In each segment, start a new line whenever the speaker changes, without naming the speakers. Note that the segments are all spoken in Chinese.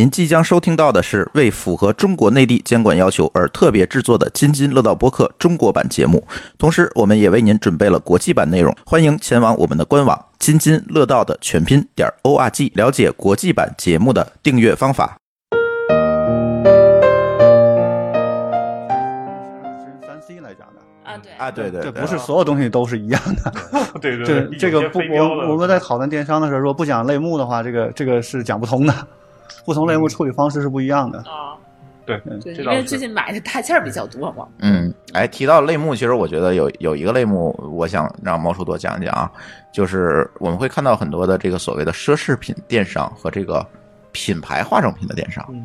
您即将收听到的是为符合中国内地监管要求而特别制作的《津津乐道》播客中国版节目，同时我们也为您准备了国际版内容，欢迎前往我们的官网津津乐道的全拼点儿 o r g 了解国际版节目的订阅方法。
是三 C 来讲的
啊，对
啊，对对，
这
对
不是所有东西都是一样的。
对对
这
对，
这
有
个
些
不，
非标的
我我们在讨论电商的时候说不讲类目的话，这个这个是讲不通的，不同类
嗯
目处理方式是不一样的。
啊，
对
对，
这
因
倒
为
是
最近买的大件儿比较多嘛，
嗯，哎，提到类目，其实我觉得有有一个类目，我想让毛叔多讲一讲啊，就是我们会看到很多的这个所谓的奢侈品电商和这个品牌化妆品的电商，
嗯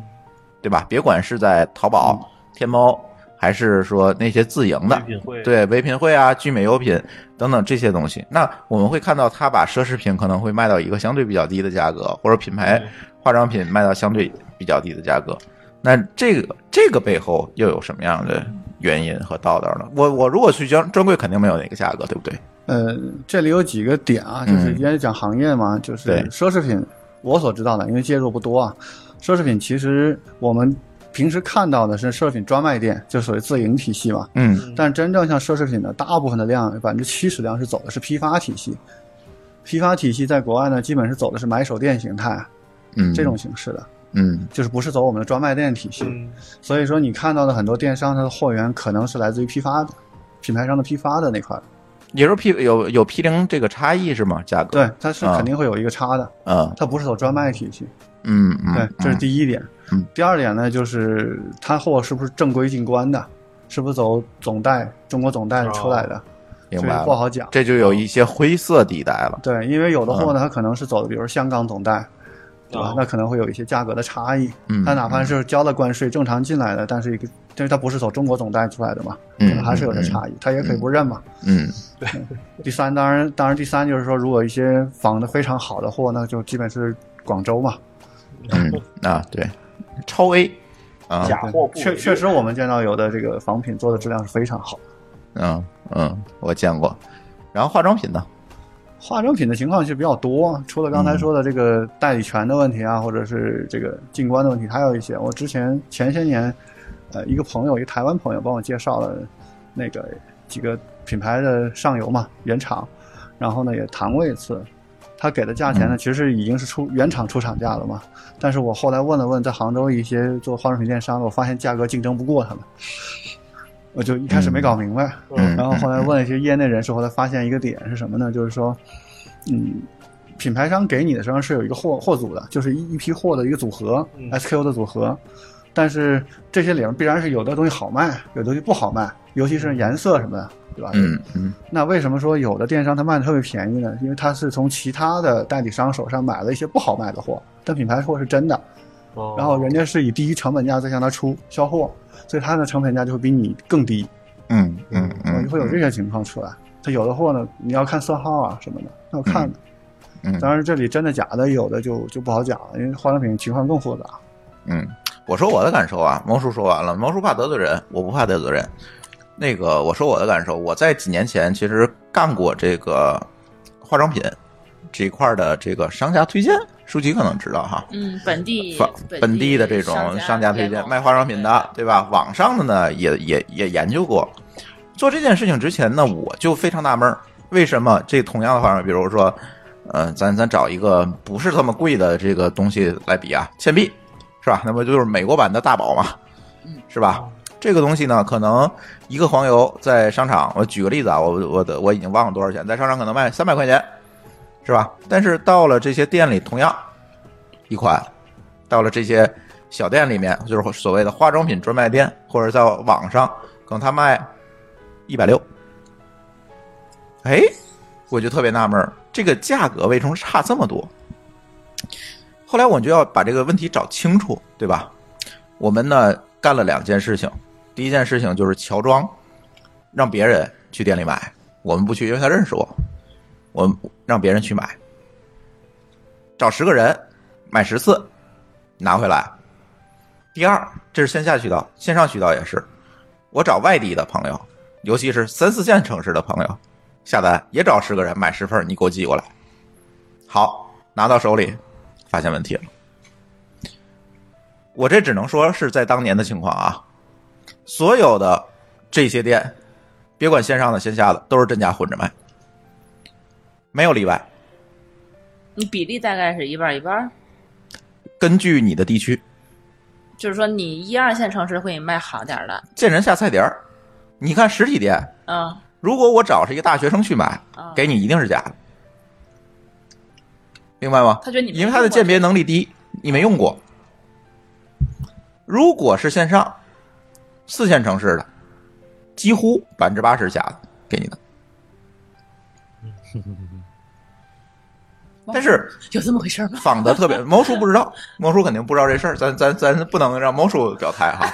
对吧？别管是在淘宝、
嗯
天猫，还是说那些自营的
唯，品会，
对唯品会啊、聚美优品等等这些东西，那我们会看到他把奢侈品可能会卖到一个相对比较低的价格，或者品牌
嗯
化妆品卖到相对比较低的价格。那这个这个背后又有什么样的原因和道道呢？我我如果去专专柜，肯定没有那个价格，对不对？
呃，这里有几个点啊，就是
嗯
因为讲行业嘛，就是
对
奢侈品，我所知道的，因为接触不多啊，奢侈品其实我们平时看到的是奢侈品专卖店，就属于自营体系嘛。
嗯
嗯
但真正像奢侈品的大部分的量，百分之七十量是走的是批发体系。批发体系在国外呢，基本是走的是买手店形态
嗯，
这种形式的，
嗯
就是不是走我们的专卖店体系。
嗯
所以说，你看到的很多电商，它的货源可能是来自于批发的，品牌商的批发的那块儿。
也就是批有有批零这个差异是吗？价格
对，它是
啊
肯定会有一个差的，
嗯
它不是走专卖体系。
嗯嗯，
对
嗯，
这是第一点
嗯。
第二点呢，就是它货是不是正规进关的，是不是走总代中国总代出来的，
哦明
这
白
个不
了，
好讲。
这就有一些灰色地带了。
对，因为有的货
嗯
呢，它可能是走的，比如香港总代，对吧
哦？
那可能会有一些价格的差异。
嗯，
它哪怕是交了关税正常进来的，但是一个，但是它不是走中国总代出来的嘛，可
嗯
能还是有些差异，它也可以不认嘛。
嗯
第三，当然，当然，第三就是说，如果一些仿的非常好的货，那就基本是广州嘛。
嗯 嗯啊，对，超 A 啊，
假货不
确确实，我们见到有的这个仿品做的质量是非常好。
嗯嗯，我见过。然后化妆品呢？
化妆品的情况其实比较多，除了刚才说的这个代理权的问题啊，或者是这个进关的问题，还有一些。我之前前些年，呃，一个朋友，一个台湾朋友帮我介绍了那个几个品牌的上游嘛，原厂，然后呢也谈过一次。他给的价钱呢，其实已经是出原厂出厂价了嘛。但是我后来问了问，在杭州一些做化妆品电商的，我发现价格竞争不过他们，我就一开始没搞明白。
嗯
嗯
然后后来问了一些业内人士，后来发现一个点是什么呢？就是说，嗯，品牌商给你的时候是有一个货货组的，就是一一批货的一个组合、
嗯
SKU 的组合，但是这些里面必然是有的东西好卖，有的东西不好卖，尤其是颜色什么的，对吧？
嗯嗯
那为什么说有的电商它卖的特别便宜呢？因为它是从其他的代理商手上买了一些不好卖的货，但品牌货是真的，
哦
然后人家是以低成本价再向它出销货，所以它的成本价就会比你更低。
嗯嗯
嗯，
嗯，
就会有这些情况出来。它有的货呢，你要看色号啊什么的，要看的。
嗯
当然，这里真的假的有的就就不好讲了，因为化妆品情况更复杂。
嗯，我说我的感受啊，毛叔说完了，毛叔怕得罪人，我不怕得罪人。那个，我说我的感受，我在几年前其实干过这个化妆品这一块的这个商家推荐，舒淇可能知道哈。
嗯，本地
本本地的这种商家推荐卖化妆品的，对吧？网上的呢也也也研究过。做这件事情之前呢，我就非常纳闷儿，为什么这同样的化妆品，比如说，呃，咱咱找一个不是这么贵的这个东西来比啊，倩碧是吧？那么就是美国版的大宝嘛，是吧？这个东西呢，可能一个黄油在商场，我举个例子啊，我我的我已经忘了多少钱，在商场可能卖三百块钱，是吧？但是到了这些店里，同样一款，到了这些小店里面，就是所谓的化妆品专卖店，或者在网上，可能他卖一百六。哎，我就特别纳闷儿，这个价格为什么差这么多？后来我就要把这个问题找清楚，对吧？我们呢干了两件事情，第一件事情就是乔装，让别人去店里买，我们不去，因为他认识我，我们让别人去买，找十个人买十次，拿回来。第二，这是线下渠道，线上渠道也是，我找外地的朋友，尤其是三四线城市的朋友下单，也找十个人买十份儿，你给我寄过来。好，拿到手里，发现问题了。我这只能说是在当年的情况啊，所有的这些店，别管线上的线下的，都是真假混着卖，没有例外。
你比例大概是一半儿一半儿，
根据你的地区，
就是说你一二线城市会卖好点儿的，
见人下菜碟儿。你看实体店，
嗯
如果我找是一个大学生去买，
嗯，
给你一定是假的，明白吗？
他觉得你没
因为它的
用过
鉴别能力低，你没用过。如果是线上，四线城市的，几乎百分之八十假的给你的，但是
有这么回 事儿吗？
仿的 特别，毛叔不知道，毛叔肯定不知道这事儿，咱咱咱不能让毛叔表态 哈，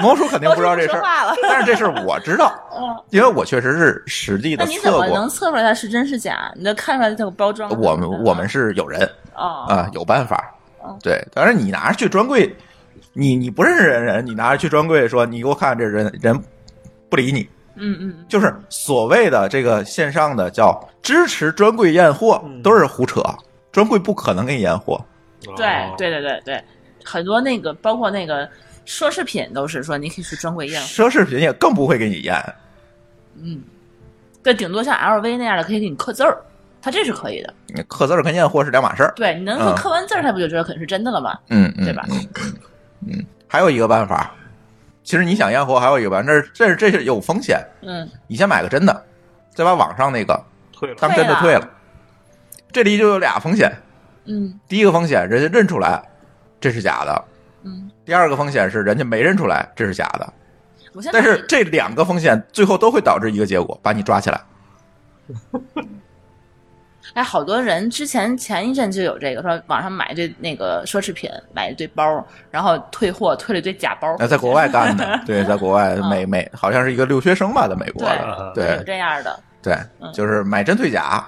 毛叔肯定不知道这事
说
儿，
话了，
但是这事儿我知道，
嗯，
因为我确实是实地
那
的
你怎
测
么
过
能，测出来它是真是假？你能看出来这个包装啊？
我们我们是有人，
啊
啊，有办法
嗯。
对，当然你拿着去专柜，你你不认识人人，你拿着去专柜说你给我看这人人不理你，
嗯嗯，
就是所谓的这个线上的叫支持专柜验货，
嗯
都是胡扯，专柜不可能给你验货。
哦
对对对对对，很多那个包括那个奢侈品都是说你可以去专柜验，
奢侈品也更不会给你验，
嗯，对，顶多像 LV 那样的可以给你刻字儿，它这是可以的。
你刻字儿跟验货是两码事儿。
对，你能
嗯
说刻完字儿，他不就知道可能是真的了吗？
嗯，嗯
对吧？？
还有一个办法，其实你想验货还有一个办法，这是这是这是有风险，
嗯，
你先买个真的，再把网上那个
退了，啊
当真的退
退了
了，这里就有俩风险。
嗯
第一个风险，人家认出来这是假的；
嗯，
第二个风险是人家没认出来这是假的。
我现在
但是这两个风险最后都会导致一个结果，把你抓起 来。
哎，好多人之前前一阵就有这个，说网上买一堆那个奢侈品，买一堆包，然后退货退了一堆假包，
那在国外干 的，对，在国外
嗯
美美好像是一个留学生吧，在美国的，
对
就有
对
这样的，
对，
嗯
就是买真退假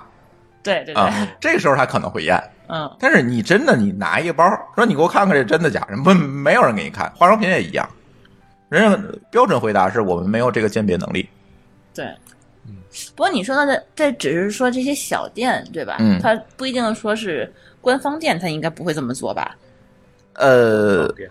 对对对，
啊。这个时候他可能会验，
嗯
但是你真的你拿一个包说你给我看看这真的假的，不没有人给你看，化妆品也一样。人家标准回答是我们没有这个鉴别能力，
对
嗯。
不过你说到这，这只是说这些小店对吧？
嗯
它不一定说是官方店，它应该不会这么做吧？
呃，
对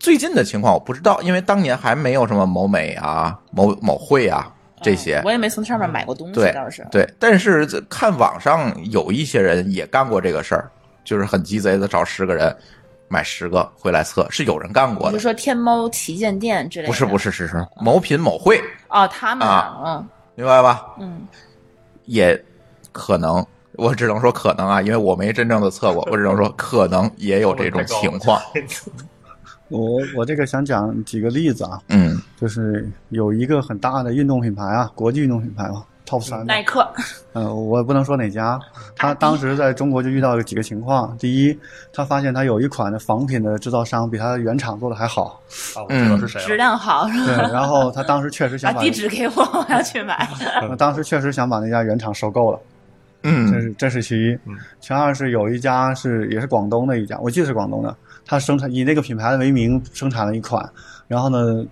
最近的情况我不知道，因为当年还没有什么某美啊、某某汇啊这些
嗯。我也没从上面买过东西，
对
倒是。
对，但是这看网上有一些人也干过这个事儿，就是很鸡贼的找十个人买十个回来测，是有人干过
你是
啊
的。
说天猫旗舰店之类的？
不是不是是是某品某汇，
哦，他们
啊
啊，
明白吧？
嗯
也可能，我只能说可能啊，因为我没真正的测 过，我只能说可能也有这种情况。
我我这个想讲几个例子啊，
嗯
就是有一个很大的运动品牌啊，国际运动品牌嘛，Top
嗯，
三的
耐，克，
嗯、我不能说哪家，他当时在中国就遇到了几个情况，第一，他发现他有一款的仿品的制造商比他的原厂做的还好，
啊，我知道是谁
质
了，
量好 是吧？
对，然后他当时确实
把
想把
啊地，址给我， 我要去买。
他当时确实想把那家原厂收购了，这
嗯
是这是其一
嗯，
其二是有一家是也是广东的一家，我记得是广东的，他生产以那个品牌的为名生产了一款，然后呢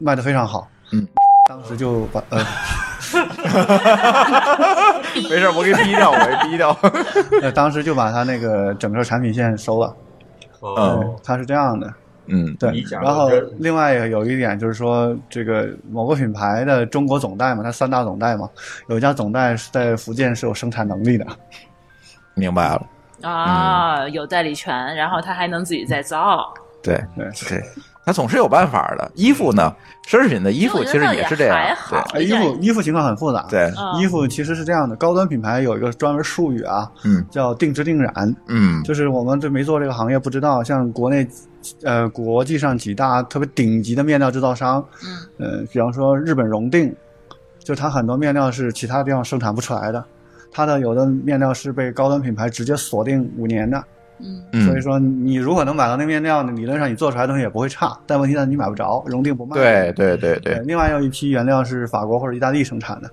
卖的非常好，
嗯，
当时就把呃
没事，我给逼掉，我给逼掉。
呃当时就把他那个整个产品线收了，
哦，
他是这样的，
嗯
对
你。讲的
然后
这
另外有一点就是说，这个某个品牌的中国总代嘛，它三大总代嘛，有一家总代是在福建是有生产能力的，
明白了。
嗯
啊，有代理权，然后他还能自己再造。
对
对
对，他总是有办法的。衣服呢，奢侈品的衣服其实也是这
我觉得倒也
样
还，好
对
哎
呃衣服衣服情况很复杂，
对，
嗯
衣服其实是这样的，高端品牌有一个专门术语啊，
嗯
叫定制定染，
嗯
就是我们这没做这个行业不知道，像国内，呃，国际上几大特别顶级的面料制造商，
嗯
呃，比方说日本荣定，就它很多面料是其他地方生产不出来的，它的有的面料是被高端品牌直接锁定五年的，
嗯
所以
嗯，
说你如果能买到那面料，理论上你做出来的东西也不会差，但问题在你买不着，荣定不卖。
对对对对
呃，另外有一批原料是法国或者意大利生产的，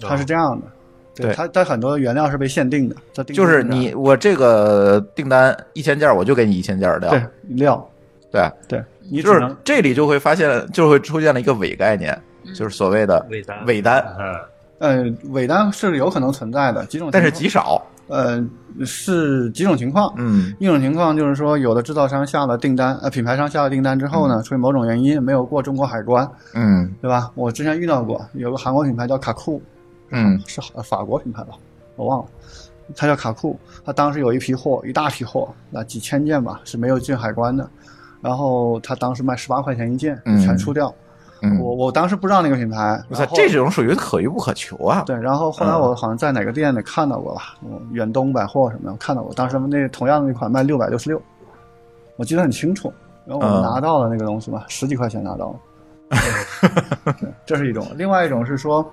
它是这样的。
哦对
它它很多原料是被限定的，它定
就是
制的
你我这个订单一千件儿，我就给你一千件儿料
对。料，
对，
对你
就
只
是
能
这里就会发现，就会出现了一个伪概念，
嗯
就是所谓的
尾单，
伪单，
嗯，
呃尾单是有可能存在的，几种情况
但是极少。
呃，是几种情况。
嗯
一种情况就是说，有的制造商下了订单，呃，品牌商下了订单之后呢，出于某种原因没有过中国海关，
嗯
对吧？我之前遇到过，有个韩国品牌叫卡酷，
嗯
是呃法国品牌吧，我忘了，它叫卡酷。它当时有一批货，一大批货，那几千件吧，是没有进海关的。然后它当时卖十八块钱一件，
嗯
全出掉。
嗯，
我我当时不知道那个品牌，
我
然
操，
后
这种属于可遇不可求啊。
对，然后后来
嗯
我好像在哪个店里看到过吧，嗯远东百货什么的，我看到过。当时那同样的一款卖六百六十六，我记得很清楚。然后我
嗯
们拿到了那个东西嘛，十几块钱拿到了。对，这是一种。另外一种是说，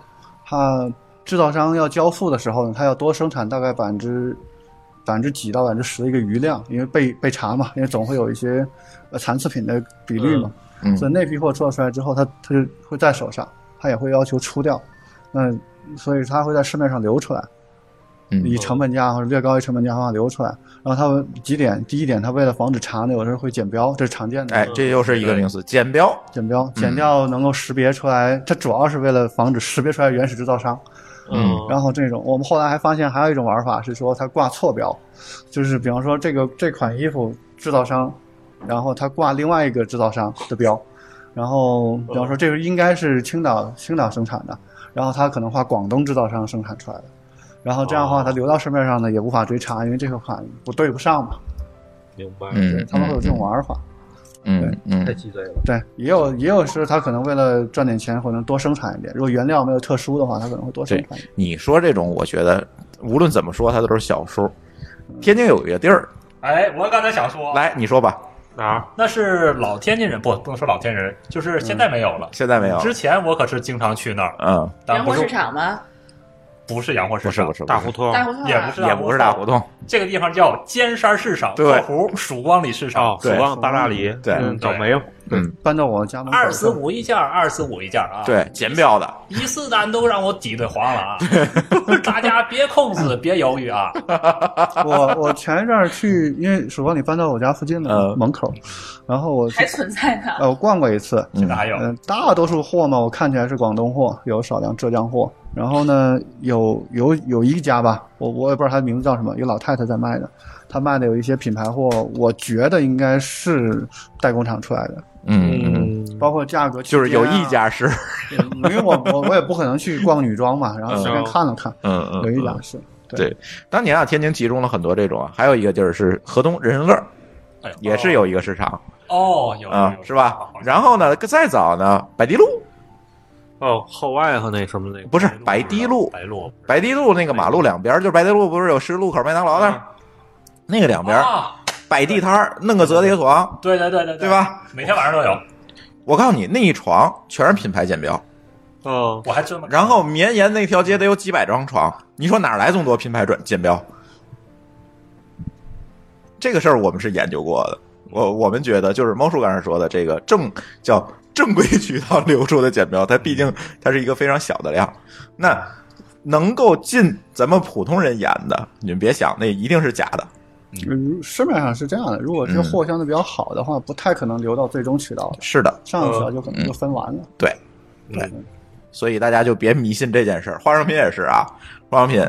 它制造商要交付的时候呢，它要多生产大概百分之百分之几到百分之十的一个余量，因为被被查嘛，因为总会有一些呃残次品的比率嘛。
嗯
所以那批货做出来之后，它它就会在手上，它也会要求出掉。嗯，所以它会在市面上流出来，
嗯
以成本价或者略高于成本价的方法流出来。然后它有几点，第一点，它为了防止查呢，有时候会剪标，这是常见的。
哎，嗯这又是一个名词，剪标。
剪标，剪掉能够识别出来，它主要是为了防止识别出来原始制造商。
嗯
然后这种，我们后来还发现还有一种玩法是说它挂错标，就是比方说这个这款衣服制造商，然后它挂另外一个制造商的标，然后比方说这个应该是青岛青岛生产的，然后它可能画广东制造商生产出来的，然后这样的话
哦
它流到市面上呢也无法追查，因为这个款不对不上嘛，
明白，
嗯，
他们会有这种玩法。
嗯嗯
太
嗯
鸡贼了，
对，也有也有是他可能为了赚点钱，可能多生产一点。如果原料没有特殊的话，他可能会多生产一点。
你说这种，我觉得无论怎么说，它都是小数。天津有一个地儿，
哎，我刚才想说，
来你说吧，
哪儿？
那是老天津人，不不能说老天津人，就是现在没有了。
现在嗯没有。
之前我可是经常去那儿，
嗯，
但
洋
不
货
是
市场吗？
不是洋货市
不是
场，
不是，
大
不
胡
是
同
大胡同啊
哦也不是
也不是大胡同，
这个地方叫尖山市场，
对
括弧曙光里市场
哦，，
对
曙光大栅篱，
对
嗯倒霉了，
嗯，
搬到我家门口
二十五一件儿，二十五一件儿啊，
对，剪标的，
一次单都让我挤兑黄 了啊！大家别控制，别犹豫啊！
我我前一阵儿去，因为曙光你搬到我家附近了、
嗯
门口，然后我去
还存在呢。
哦
呃我逛过一次，
现在还有
嗯、大多数货嘛，我看起来是广东货，有少量浙江货。然后呢，有有有一家吧，我我也不知道它的名字叫什么，一个老太太在卖的，她卖的有一些品牌货，我觉得应该是代工厂出来的，
嗯嗯，
包括价格、
就是有
区间
一
啊
家是，
嗯因为我我我也不可能去逛女装嘛，然后随便看了看，
嗯嗯，
有一
嗯
家是，
对，当年啊，天津集中了很多这种啊，还有一个地儿是河东人参乐，
哎
也是有一个市场
哦，有
啊，
有
是吧？然后？呢，再早呢，百地路，
哦，后外和那什么那个
不是白堤路
白路
百地路那个马路两边儿，就是白堤路不是有十字路口麦当劳那儿，那个两边儿
啊，
摆地摊儿，弄个折叠床，
对对对对
对？吧？
每天晚上都有，
我告诉你，那一床全是品牌剪标，
哦，
我还这么
然后绵延那条街得有几百张床，你说哪儿来这么多品牌转剪标？这个事儿我们是研究过的，我我们觉得就是猫叔刚才说的这个正叫正规渠道流出的剪标，它毕竟它是一个非常小的量，那能够进咱们普通人眼的，你们别想那一定是假的，
嗯市面上是这样的，如果
嗯
这货相对比较好的话，不太可能流到最终渠道的，
是的，
上去了就可
嗯
能就分完了。
对，
对，
所以大家就别迷信这件事儿。化妆品也是啊，化妆品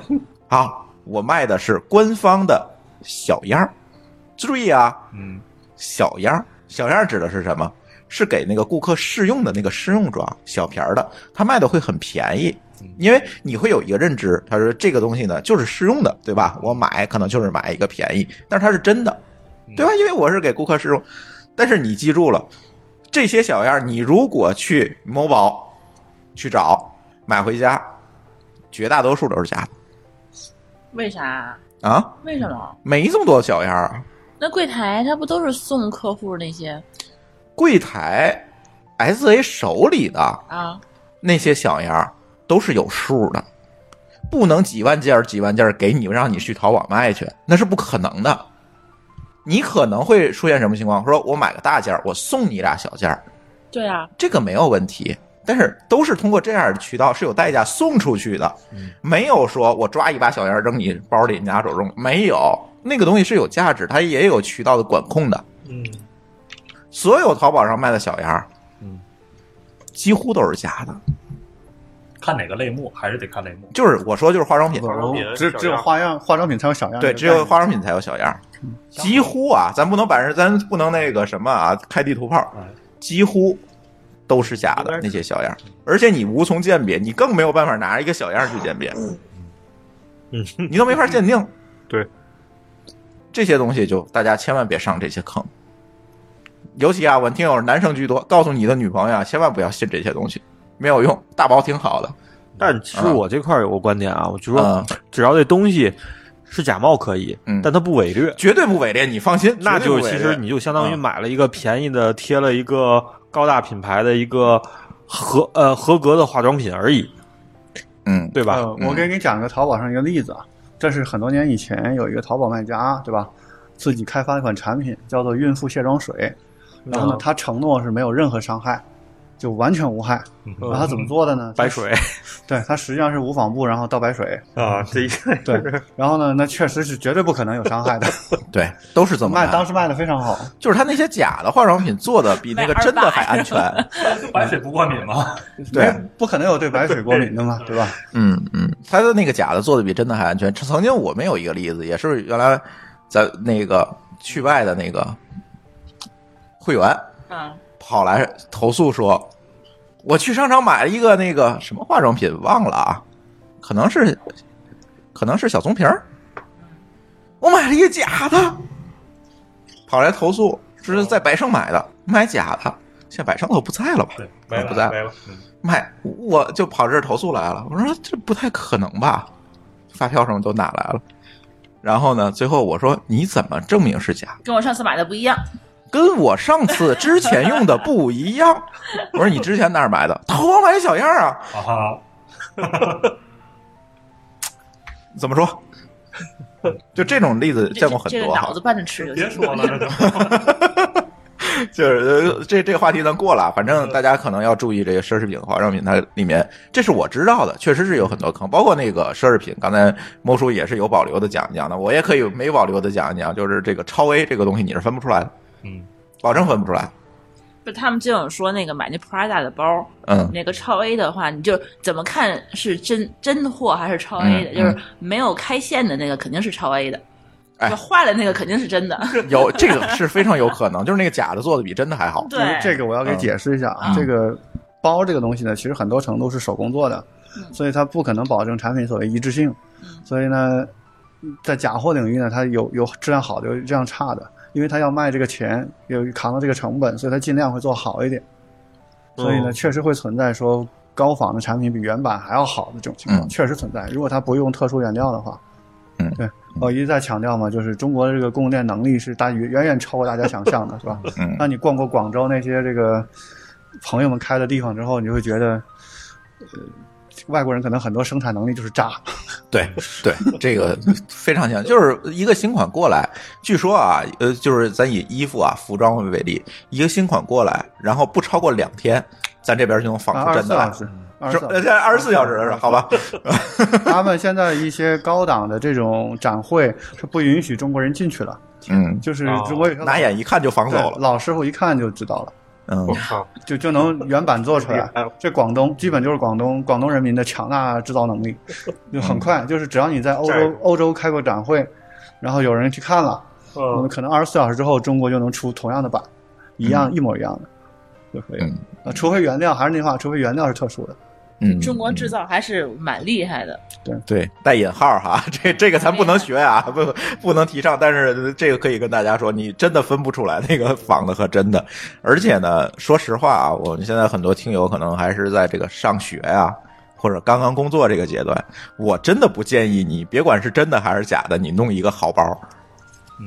好，我卖的是官方的小样儿，注意啊，
嗯，
小样儿，小样儿指的是什么？是给那个顾客试用的那个试用装，小瓶儿的，它卖的会很便宜，因为你会有一个认知，他说这个东西呢就是试用的，对吧？我买可能就是买一个便宜，但是它是真的，对吧？因为我是给顾客试用，但是你记住了，这些小样儿，你如果去某宝去找买回家，绝大多数都是假
为啥？
的啊，
为什么？
没这么多小样儿啊。
那柜台它不都是送客户那些
柜台 S A 手里的
啊？
那些小样儿都是有数的，不能几万件儿几万件儿给你，让你去淘宝卖去，那是不可能的。你可能会出现什么情况？说我买个大件儿，我送你俩小件儿，
对啊，
这个没有问题。但是都是通过这样的渠道是有代价送出去的，
嗯
没有说我抓一把小样儿扔你包里，你拿手中没有那个东西是有价值，它也有渠道的管控的。
嗯，
所有淘宝上卖的小样儿，
嗯，
几乎都是假的。
看哪个类目还是得看类目。
就是我说就是化妆品，
化妆嗯品
只
小
只有
样
花样化妆品才有小样，
对，只有化妆品才有小样儿，
嗯
几乎啊，咱不能百分之，咱不能那个什么啊，开地图炮
哎
嗯，
几乎都是假
应该
的
是
那些小样儿，而且你无从鉴别，你更没有办法拿一个小样儿去鉴别，
嗯，
你都没法鉴定，
对，
这些东西就大家千万别上这些坑，尤其啊，我听友男生居多，告诉你的女朋友啊，千万不要信这些东西，没有用，大宝挺好的，
但其实
嗯
我这块儿有个观点啊，我就说
嗯，
只要这东西是假冒可以
嗯，
但它不伪劣，
绝对不伪劣，你放心，
那
绝对
就
不伪
其
劣
实你就相当于
嗯
买了一个便宜的，贴了一个高大品牌的一个合呃合格的化妆品而已，
嗯
对吧？
呃，我给你讲个淘宝上一个例子啊，这是很多年以前有一个淘宝卖家，对吧？自己开发一款产品叫做孕妇卸妆水，然
嗯
后呢，他承诺是没有任何伤害，就完全无害。
嗯
然后他怎么做的呢？
白水
对，它实际上是无纺布，然后倒白 水。
啊，这一个
对，然后呢，那确实是绝对不可能有 伤害的，
对，都是这么
卖
干
当时卖的非常好。
就是他那些假的化妆品做的比那个真的还安全。
白水不过敏吗？
对，
哎不可能有对白水过敏的嘛，对吧？
嗯嗯，他的那个假的做的比真的还安全。曾经我们有一个例子，也是原来咱那个去外的那个会员
嗯，
跑来投诉说，我去商场买了一个那个什么化妆品，忘了啊，可能是可能是小棕瓶儿，我买了一个假的，跑来投诉，这是在百盛买的，买假的，现在百盛都不在了吧？
对，没了，
不在
没了。嗯
买，我就跑这儿投诉来了。我说这不太可能吧，发票什么都拿来了。然后呢，最后我说你怎么证明是假？
跟我上次买的不一样，
跟我上次之前用的不一 样。我说你之前哪儿买的？淘宝买小样儿啊？
啊哈，
怎么 说？就这种例子见过很
这
多
个
哈
脑，子拌着吃就
别
行。
说了，那就
就是呃这这个话题咱过了啊，反
嗯
正大家可能要注意这个奢侈品、化妆品，它里面这是我知道的，确实是有很多坑，包括那个奢侈品，刚才猫叔也是有保留的讲一讲的，我也可以没保留的讲一讲，就是这个超 A 这个东西你是分不出来的，
嗯，
保证分不出来，
不，他们就有说那个买那 Prada 的包，
嗯
那个超 A 的话，你就怎么看是真真货还是超 A 的？
嗯
就是没有开线的那个肯定是超 A 的，
哎
就坏了那个肯定是真的。
有这个是非常有可能，就是那个假的做的比真的还好，
对，
这个我要给解释一下
嗯
啊，这个包这个东西呢，其实很多程度是手工做的，
嗯
所以它不可能保证产品所谓一致性
嗯，
所以呢，在假货领域呢，它有有质量好的，有质量差的，因为它要卖这个钱，有扛到这个成本，所以它尽量会做好一点。所以呢，
嗯
确实会存在说高仿的产品比原版还要好的这种情况，
嗯
确实存在。如果它不用特殊原料的话，
嗯
对，我一再强调嘛，就是中国的这个供应链能力是大远远远超过大家想象的，是吧？
嗯
那你逛过广州那些这个朋友们开的地方之后，你就会觉得，呃，外国人可能很多生产能力就是渣，
对对，这个非常像，就是一个新款过来，据说啊，呃，就是咱以衣服啊、服装为例，一个新款过来，然后不超过两天，咱这边就能仿
啊
出
二十
真
四
的来
小。时，二十
是
四
呃，二十四小时是吧好吧？
他们现在一些高档的这种展会是不允许中国人进去了，
嗯，
就是
哦
中国有些
拿眼一看就仿
老
走了。
老师傅一看就知道了。
嗯
我，靠，
就就能原版做出 来。这广东基本就是广东广东人民的强大制造能 力，就很快，就是只要你在欧
这
洲
个
欧洲开过展会，然后有人去看了，
呃
我们
嗯，
可能二十四小时之后，中国就能出同样的版，一样一模一样的就可以了
嗯。
啊，除非原料，还是那话，除非原料是特殊的。
嗯，
中国制
嗯
造还是蛮厉害的，
对带引号哈， 这这个咱不能学啊，不不能提倡。但是这个可以跟大家说，你真的分不出来 那个仿的和真的。而且呢，说实话啊，我们现在很多听友可能还是在这个上学呀、或者刚刚工作这个阶段，我真的不建议你，别管是真的还是假的，你弄一个好包。
嗯，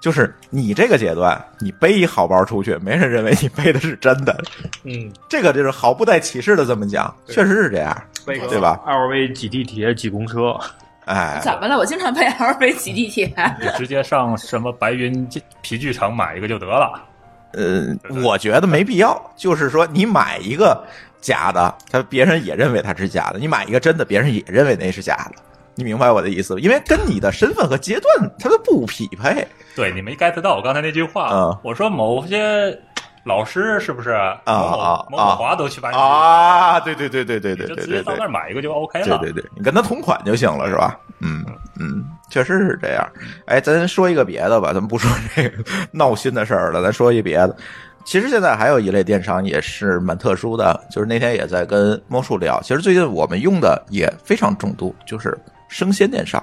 就是你这个阶段，你背一好包出去，没人认为你背的是真的，
嗯，
这个就是毫不带歧视的这么讲，
对
确实是这样，
那个
对吧
？LV 挤地铁挤公车，
哎，
怎么了？我经常被 LV 挤地铁，
你直接上什么白云皮具城买一个就得了。
呃，我觉得没必要。 就是说，你买一个假的，他别人也认为它是假的；你买一个真的，别人也认为那是假的。你明白我的意思吧？因为跟你的身份和阶段，它都不匹配。
对，你没 get 到我刚才那句话。
嗯
我说某些老师是不是某
啊
某某某华都去把你，
啊，对对对对对对
哎你就
对
直
对
接到
对
那儿买一个就 OK
对
了。
对对，你跟他同款就行了，是吧？嗯嗯，确实是这样。哎，咱说一个别的吧，咱不说这个闹心的事儿了，咱说一别的。其实现在还有一类电商也是蛮特殊的，就是那天也在跟猫叔聊，其实最近我们用的也非常重度，就是生鲜电商。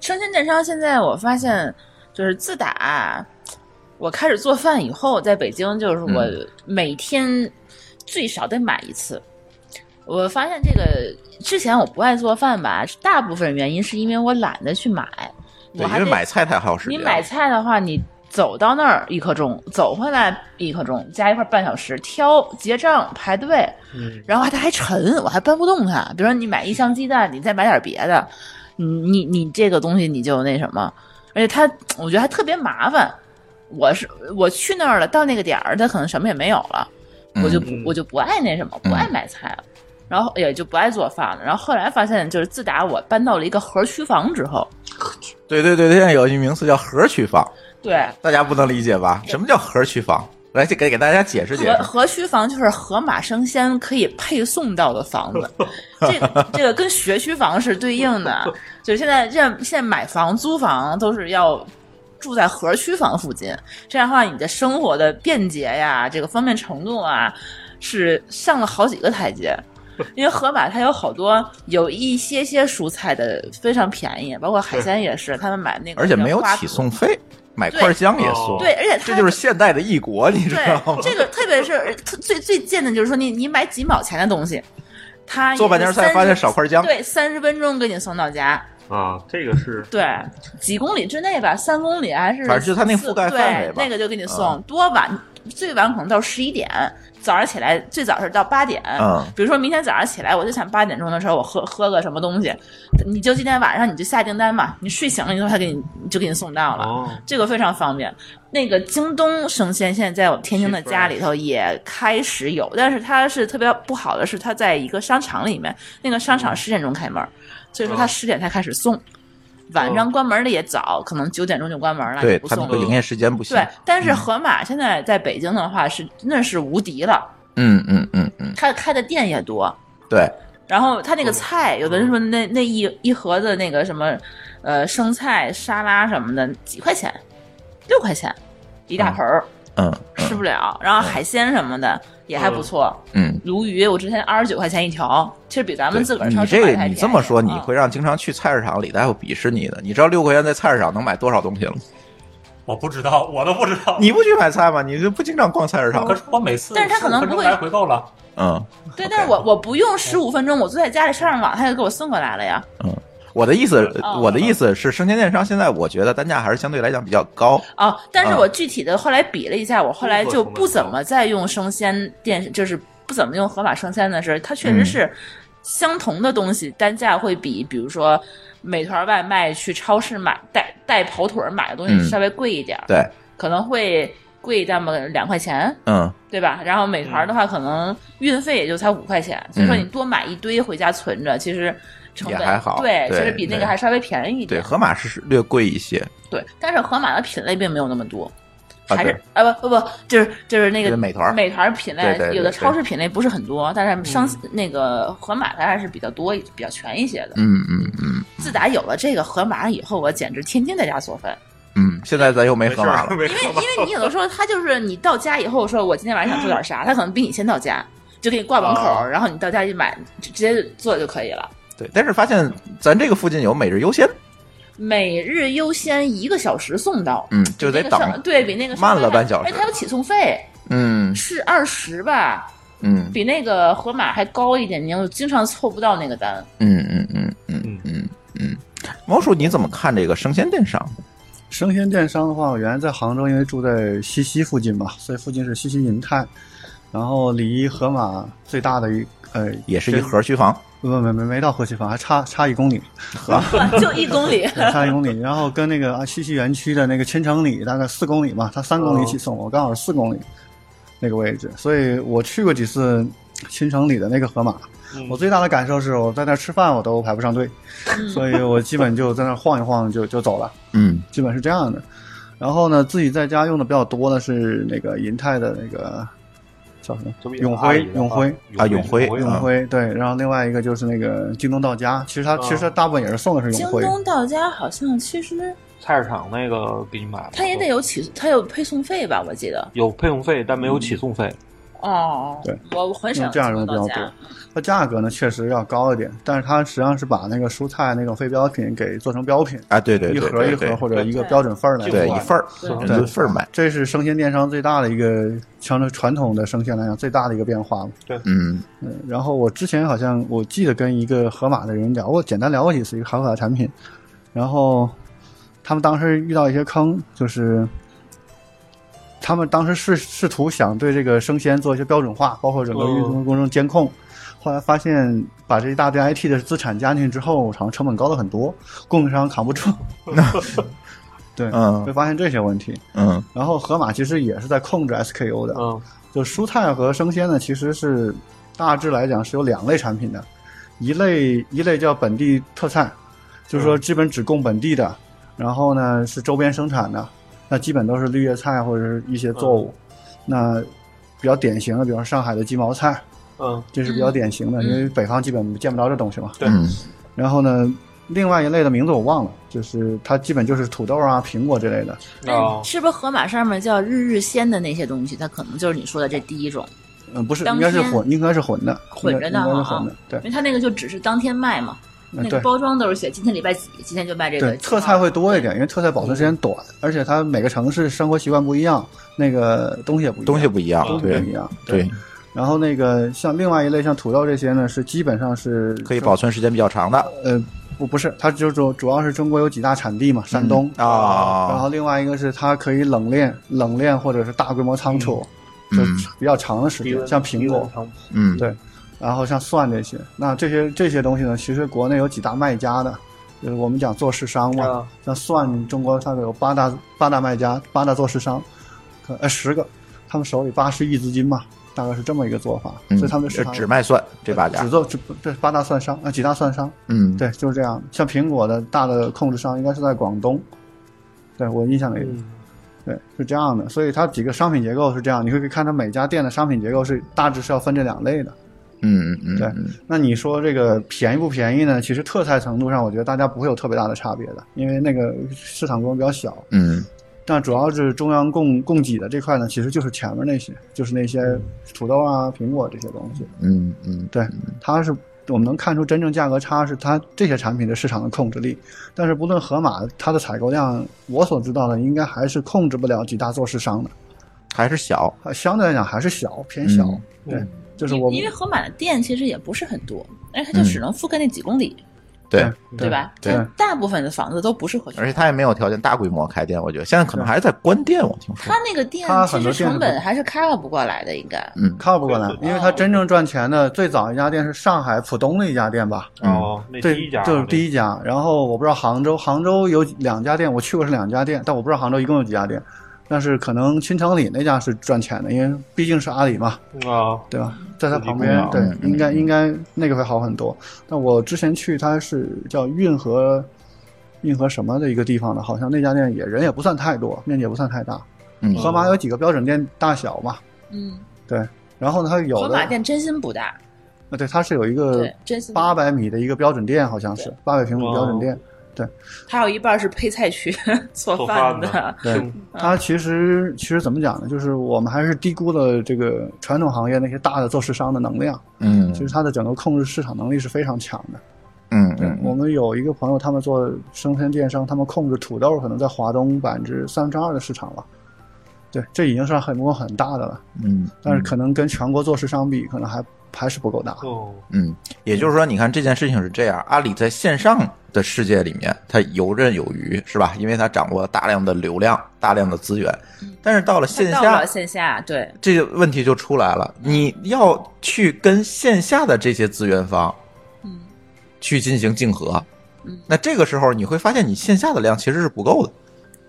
生鲜电商现在我发现，就是自打我开始做饭以后，在北京就是我
嗯
每天最少得买一次。我发现这个之前我不爱做饭吧，大部分原因是因为我懒得去买，
对，
我
因
还
为
得
买菜太耗时
你
间了。
买菜的话，你走到那儿一刻钟，走回来一刻钟，加一块儿半小时，挑结账排队，
嗯
然后它还沉，我还搬不动它。比如说你买一箱鸡蛋，你再买点别的，你你你这个东西你就那什么，而且它我觉得还特别麻烦。我是我去那儿了，到那个点儿，它可能什么也没有了，我就不
嗯
我就不爱那什么，不爱买菜了，然后也就不爱做饭了。然后后来发现，就是自打我搬到了一个合区房之后，
对对对，现在有一名词叫合区房，
对，
大家不能理解吧？什么叫合区房？来，给给给大家解释解
合
释。
合区房就是盒马生鲜可以配送到的房子，这 个这个跟学区房是对应的，就是现在这样现在买房租房都是要住在合区房附近，这样的话你的生活的便捷呀，这个方便程度啊，是上了好几个 台阶。因为盒马它有好多有一些些蔬菜的非常便宜，包括海鲜也是，他们买那个
而且没有
花哦
起送费，买块姜也送。
对，而且它
这就是现代的异国，你知道吗
对，？这个特别是特最最贱的就是说你你买几毛钱的东西，他
做半截菜发现少块姜
对，三十分钟给你送到家，
啊，这个是
对，几公里之内吧，三公里还是
反正就它那覆盖
四
范围吧嗯
对那个就给你送，多晚最晚可能到十一点，早上起来最早是到八点，
嗯
比如说明天早上起来我就想八点钟的时候我喝喝个什么东西，你就今天晚上你就下订单嘛，你睡醒了以后他给你就给你送到了。
哦，
这个非常方便。那个京东生鲜现在在我们天津的家里头也开始有，但是它是特别不好的是，它在一个商场里面，那个商场十点钟开门，所以说它
嗯哦
十点才开始送，晚上关门的也早，可能九点钟就关门了，
对
就不
它那
送
个营
了。
业时间不行。
对，但
嗯
是盒马现在在北京的话是那是无敌了，
嗯嗯嗯嗯，
它开的店也多，
对，
然后它那
嗯
个菜，有的人说那那一一盒子那个什么，呃，生菜沙拉什么的，几块钱，六块钱一大盆儿，
嗯
吃不了。然后海鲜什么的也还不错，
嗯。
鲈鱼我之前二十九块钱一条，其实比咱们
对
自个儿超
你
市
这
买的
个
还
你
便宜
这么说，你
嗯
会让经常去菜市场李大夫鄙视你的。你知道六块钱在菜市场能买多少东西了吗？
我不知道，我都不知道。
你不去买菜吗？你就不经常逛菜市场
可
吗？
是我每次，
但是他可能不会
来回购了。
嗯，
对，但是我我不用十五分钟，我坐在家里上上网，他就给我送过来了呀。
我的意思，
哦
我的意思是，生鲜电商现在我觉得单价还是相对来讲比较高。
哦，但是
嗯
我具体的后来比了一下，我后来就不
啊
怎么再用生鲜电，就是不怎么用盒马生鲜的时候，它确
嗯
实是相同的东西，单价会比比如说美团外卖去超市买带带跑腿儿买的东
嗯
西稍微贵一点儿，
对，
可能会贵那么两块钱，
嗯，
对吧？然后美团的话，可能运费也就才五块钱，所以说你多买一堆回家存着，其实成本
嗯也还好
对，
对
其实比那
对
个还稍微便宜一
对，
点。
盒马是略贵一些，
对，但是盒马的品类并没有那么多，
啊
还
对
是啊不不不，就是就是那
就
个
是美团儿
美团儿品类
对对对
有的
对
超市品类不是很多，但是商那个盒马它还是比较多、比较全一些的。
嗯嗯嗯
自打有了这个盒马以后，我简直天天在家做饭，
嗯，现在咱又没
没
盒马了，
没
因为
事
因
吧
为你有的时候他就是你到家以后说，我今天晚上想做点啥，他可能比你先到家。就给你挂门口
哦
儿，然后你到家去买，直直接做就可以了。
对，但是发现咱这个附近有每日优鲜，
每日优先一个小时送到，
嗯，就得
那个
等，
上对比那个上
慢了
外卖
半小时
哎，它有起送费，
嗯
是二十吧，
嗯
比那个盒马还高一点，你又经常凑不到那个 单。
嗯嗯嗯嗯嗯嗯，毛叔你怎么看这个生鲜电商？
生鲜电商的话，我原来在杭州，因为住在西溪附近嘛，所以附近是西溪银泰，然后离盒马最大的一呃
也是一合区房，
不不没没没到河西坊，还差差一公里，
哇就一公 里，
差一公里。然后跟那个啊西溪园区的那个千城里大概四公里嘛，它三公里起送，我刚好是四公里那个位置，所以我去过几次千城里的那个盒马。我最大的感受是我在那儿吃饭我都排不上队，所以我基本就在那儿晃一晃就就走了。
嗯
基本是这样的。然后呢，自己在家用的比较多的是那个银泰的那个叫什么？
这不也是
永
阿
辉
姨，的
永
吗
辉，
啊永辉
永
嗯
辉。对，然后另外一个就是那个京东到家，其实
嗯
它其实它大部分也是送的是
京
永辉。
东到家好像其实
菜市场那个给你买了，
它也得有起，它有配送费吧？我记得
有配送费，但没有起送费。
哦，
对，
我我很少
用嗯这样
用
用的
到
比较
家
多，它价格呢确实要高一点，但是它实际上是把那个蔬菜那种非标品给做成标品，
啊，对对
一
对，
盒
对
一
对
盒或者一个
对
标准份儿来
对
做
一份儿，
对
嗯
人论份儿买，
这是生鲜电商最大的一个，相对传统的生鲜来讲最大的一个变化了。
嗯
嗯，然后我之前好像我记得跟一个盒马的人聊过，简单聊过几次一个盒马的产品，然后他们当时遇到一些坑，就是他们当时试试图想对这个生鲜做一些标准化，包括整个
哦
运输过程监控。后来发现，把这一大堆 IT 的资产加进去之后，好像成本高了很多，供应商扛不住。对，会
嗯
发现这些问题。
嗯
然后盒马其实也是在控制 SKU 的，
嗯，
就蔬菜和生鲜呢，其实是大致来讲是有两类产品的，一类一类叫本地特菜，就是
嗯
说基本只供本地的，然后呢是周边生产的，那基本都是绿叶菜或者是一些作物，
嗯
那比较典型的，比如说上海的鸡毛菜，
嗯，
这是比较典型的，
嗯
因为北方基本见不着这东西嘛。
对
嗯
然后呢，另外一类的名字我忘了，就是它基本就是土豆啊、苹果之类的，
哦
但是是不是盒马上面叫日日鲜的那些东西，它可能就是你说的这第一种，
嗯，不是，
当
应该是
天
混，应该是混的，
混着
应
的
该应该是
哈
混的，对
因，为它那个就只是当天卖嘛，
嗯
那个
对。
包装都是写今天礼拜几，今天就卖这个
对，。特菜会多一点，因为特菜保存时
嗯
间短，而且它每个城市生活习惯不一样，那个东西也不一样，
东西不一样
都，不
对
一样。
对，
然后那个像另外一类像土豆这些呢，是基本上是
可以保存时间比较长的，
呃不不是，它就主主要是中国有几大产地嘛，山东
嗯啊
然后另外一个是它可以冷链冷链或者是大规模仓储，
嗯
就比较长的时
低
间，
温
像苹果，，
嗯
对然后像蒜这些，那这些这些东西呢，其实国内有几大卖家的，就是我们讲做市商嘛，
啊
像蒜，中国大概有八大八大卖家，八大做市商，可呃十个，他们手里八十亿资金嘛，大概是这么一个做法，
嗯，
所以他们的市
这
场
只卖蒜这八家
只，做只这八大蒜商啊，几大蒜商，
嗯，
对，就是这样。像苹果的大的控制商应该是在广东，对我印象里，
嗯
对是这样的，所以它几个商品结构是这样，你会看它每家店的商品结构是大致是要分这两类的。
嗯嗯嗯
对
嗯，
那你说这个便宜不便宜呢？其实特菜程度上，我觉得大家不会有特别大的差别的，因为那个市场规模比较小。
嗯
但主要是中央供供给的这块呢，其实就是前面那些，就是那些土豆啊、苹果这些东西。
嗯嗯，
对，它是我们能看出真正价格差是它这些产品的市场的控制力。但是不论盒马，它的采购量，我所知道的应该还是控制不了几大做市商的，
还是小，
呃相对来讲还是小偏小。
嗯
对
嗯，
就是我们嗯
因为盒马的店其实也不是很多，而且它就只能覆盖那几公里，
对，
对吧？
对
但大部分的房子都不是合区
而且他也没有条件大规模开店，我觉得现在可能还是在关店，我听说
他，那个店
它
其
很
实
多店
成
是
本
不
还是 cover 不过来的，应该。
嗯
靠不过来
对，对
因为它真正赚钱的最早一家店是上海浦东的一家店吧？
哦，那
对，
第一家
就是第
一
一家。然后我不知道杭州，杭州有两家店，我去过是两家店，但我不知道杭州一共有几家店。但是可能新城里那家是赚钱的，因为毕竟是阿里嘛，
啊，
对吧？在它旁
自己
边
供，
对
养嗯，
应该
嗯
应该那个会好很多。但我之前去它是叫运河，运河什么的一个地方的，好像那家店也人也不算太多，面积也不算太大。
嗯
盒马有几个标准店大小嘛？
嗯，
然后呢，它
盒
有的
马店真心不大，
啊，对，它是有一个
对，真心不大
八百米的一个标准店，好像是八百平米标准
哦
店。
还有一半是配菜区 做
做
饭
饭
的。
对
对，
它其实其实怎么讲呢？就是我们还是低估了这个传统行业那些大的做市商的能量。
嗯
其实它的整个控制市场能力是非常强的。
嗯
对
嗯
我们有一个朋友，他们做生鲜电商，他们控制土豆可能在华东百分之三十二的市场了。对，这已经算规模很大的了，
嗯，
但是可能跟全国做市商比，可能还还是不够大。
哦，
嗯，也就是说，你看这件事情是这样，阿里在线上的世界里面，它游刃有余，是吧？因为它掌握了大量的流量、大量的资源，但是到了线
嗯它到
下
了，线下，对，
这个问题就出来了，你要去跟线下的这些资源方
嗯
去进行竞合
嗯。
那这个时候你会发现，你线下的量其实是不够的。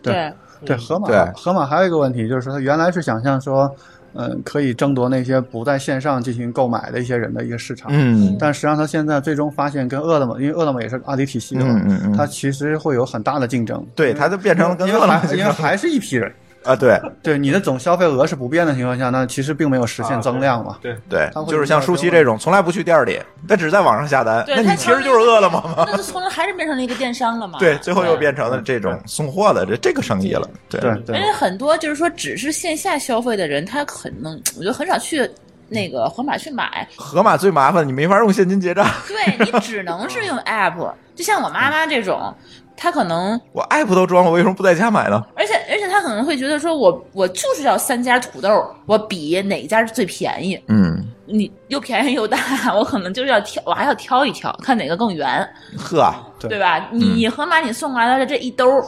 对
对，
对，
嗯
河马
对
河马还有一个问题，就是说它原来是想象说，嗯，可以争夺那些不在线上进行购买的一些人的一个市场。
嗯
但实际上，它现在最终发现跟饿了么，因为饿了么也是阿里体系的嘛，
嗯嗯嗯
它其实会有很大的竞争。
对，它就变成了跟
因为
饿了么
还因为还是一批人，
啊，对
对你的总消费额是不变的情况下，那其实并没有实现增量嘛。
对，
对
它，会
就是像舒淇这种从嗯来不去店里，但只在网上下单，
对
那你
它
其实就是饿了么嘛。
那就从来还是变成了一个电商了嘛。
对，最后又变成了这种送货的这这个生意了。对
对
而
对
且很多就是说只是线下消费的人，他可能我觉得很少去那个盒马去买，
盒马最麻烦，你没法用现金结账。
对你只能是用 app。就像我妈妈这种，她可能，
我 app 都装了，我为什么不在家买呢？
而且而且她可能会觉得说我，我就是要三家土豆，我比哪家最便宜，
嗯，
你又便宜又大， 我可能就是要挑，我还要挑一挑，看哪个更圆，
呵，
对
对吧？
嗯
你盒马你送过来的这一兜儿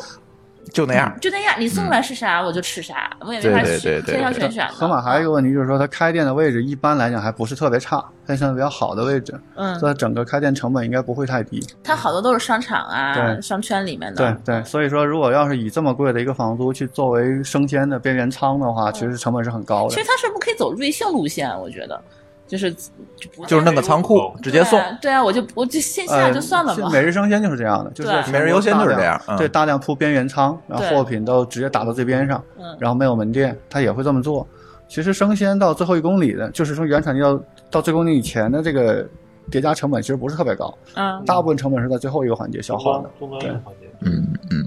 就那样。
就那样，你送来是啥我就吃啥，我也没法
嗯对对
选
对对
挑挑选选的。
盒马还有一个问题就是说，它开店的位置一般来讲还不是特别差，它算比较好的位置，
嗯，
所以它整个开店成本应该不会太低。
它好多都是商场啊、
对
商圈里面
对
的。
对，所以说如果要是以这么贵的一个房租去作为生鲜的边缘仓的
嗯
话，其实成本是很高
其
的
实。它是不是可以走瑞幸路线？我觉得，就是就不
就是弄个仓库直接送
嗯对，啊对啊，我就我就线下
呃，
就算了
现
嘛。
每日生鲜就是这样的，就是
对
全
每日
国
优先就是
大量
这样嗯
对，大量铺边缘仓，然后
对
货品都直接打到最边上，
嗯
然后没有门店，它也会这么做。其实生鲜到最后一公里的，就是从原产地到到最后一公里以前的这个叠加成本，其实不是特别高，
嗯，
大部分成本是在最后一个环节消
终
耗
端
的。
终端用环节，
嗯嗯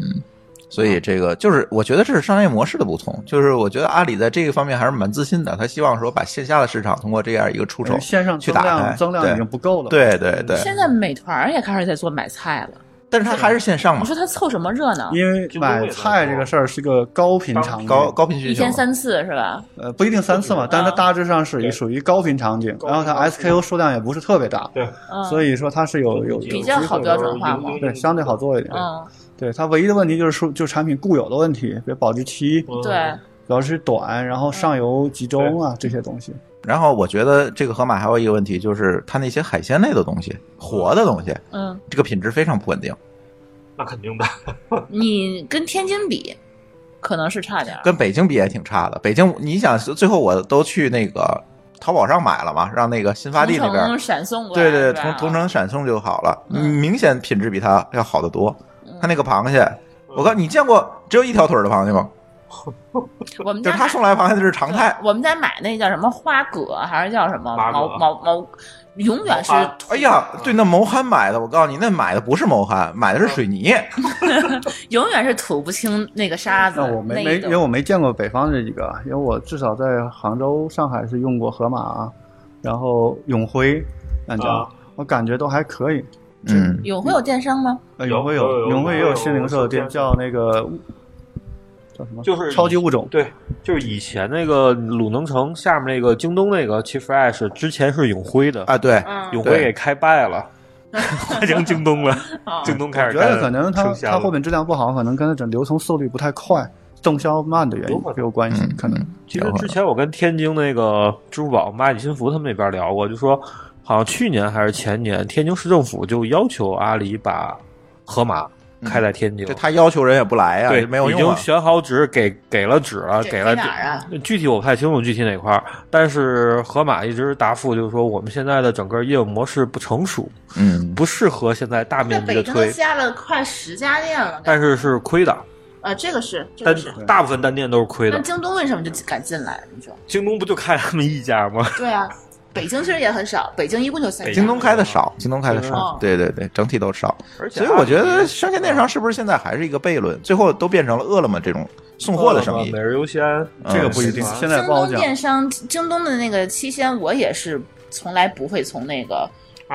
嗯，所以这个就是我觉得这是商业模式的不同，就是我觉得阿里在这个方面还是蛮自信的，他希望说把线下的市场通过这样一个出手
呃线上
去
增
打开
量增量已经不够了。，
哎对对对，
现在美团儿也开始在做买菜了，
但是他还是线上
你
嘛，
说它凑什么热闹？
因为
就不会
买
了
菜这个事儿是个高频场景，
高高频
一
需求
天
嘛。
三次是吧？
呃不一定三次嘛，
嗯
但是它大致上是一
对
属于高频场景，
高
然后它
频场景
SKU 数量也不是特别大，
对，
嗯，
所以说它是有有有
比较
机
好
会
标
的
准化嘛
有有有
对，相对好做一点。
嗯，
对它唯一的问题就是说，就产品固有的问题，比如保质期、
嗯
对，
保质期短，然后上游集中啊这些东西。
然后我觉得这个盒马还有一个问题，就是它那些海鲜类的东西、活的东西，
嗯，
这个品质非常不稳定，
那肯定的，
你跟天津比，可能是差点儿。
跟北京比也挺差的。北京，你想最后我都去那个淘宝上买了嘛，让那个新发地那边
同城闪送过来
对对，
是
对
吧啊
同同城闪送就好了，
嗯
明显品质比它要好得多
嗯。
它那个螃蟹，我告诉你你见过只有一条腿儿的螃蟹吗？
我们
就
家
是他送来螃蟹这是常态。
我们在买那叫什么花蛤，还是叫什么
麻
毛
蛤
毛毛，永远是
毛蛤
哎呀，对，那谋憨买的，我告诉你，那买的不是谋憨，买的是水泥。
永远是吐不清那个沙子。
那我没
一
没，
种
因为我没见过北方这几个，啊因为我至少在杭州、上海是用过盒马啊，然后永辉两家，
啊
我感觉都还可以。
嗯，
永辉有电商吗？
呃，
有
永辉
有有
永辉也有
有
新零售的店，
有
叫那个叫什么？
就是
超级物种。
对，就是以前那个鲁能城下面那个京东那个 T Fresh，之前是永辉的，
哎
啊，对，
嗯
永辉给开 败了，换成京东了，京东
我
开始
觉
干
得可能它
剩下
它
的
货品质量不好，可能跟它整流通速率不太快、动销慢的原因
有可能
有关系，
嗯
可能。
其实之前我跟天津那个支付宝蚂蚁金服他们那边聊过，就说好像去年还是前年，天津市政府就要求阿里把盒马开
嗯
在天津。
这他要求人也不来呀，
对，
没有
已
用
经
啊。
选好址，给给了址了，
这
给了
在
址
哪儿啊？
具体我不太清楚具体哪块儿，但是盒马一直答复就是说，我们现在的整个业务模式不成熟，
嗯，
不适合现在大
在
面积
北
的
京都
推，
加了快十家店了，
但是是亏的，
啊，这个是，这
但
个是。
大部分单店都是亏
那
的。
京东为什么就敢进来？你说？
京东不就开他们一家吗？
对啊，北京其实也很少，北京一共就三家。
京东开的少，京东开的
哦
少，对对对，整体都少。
而且
所以我觉得生鲜电商是不是现在还是一个悖论？最后都变成了饿了么这种送货的生意
每。日优先，
这个不
一定
嗯
现在
京
不好
东
讲
电商，京东的那个期限，我也是从来不会从那个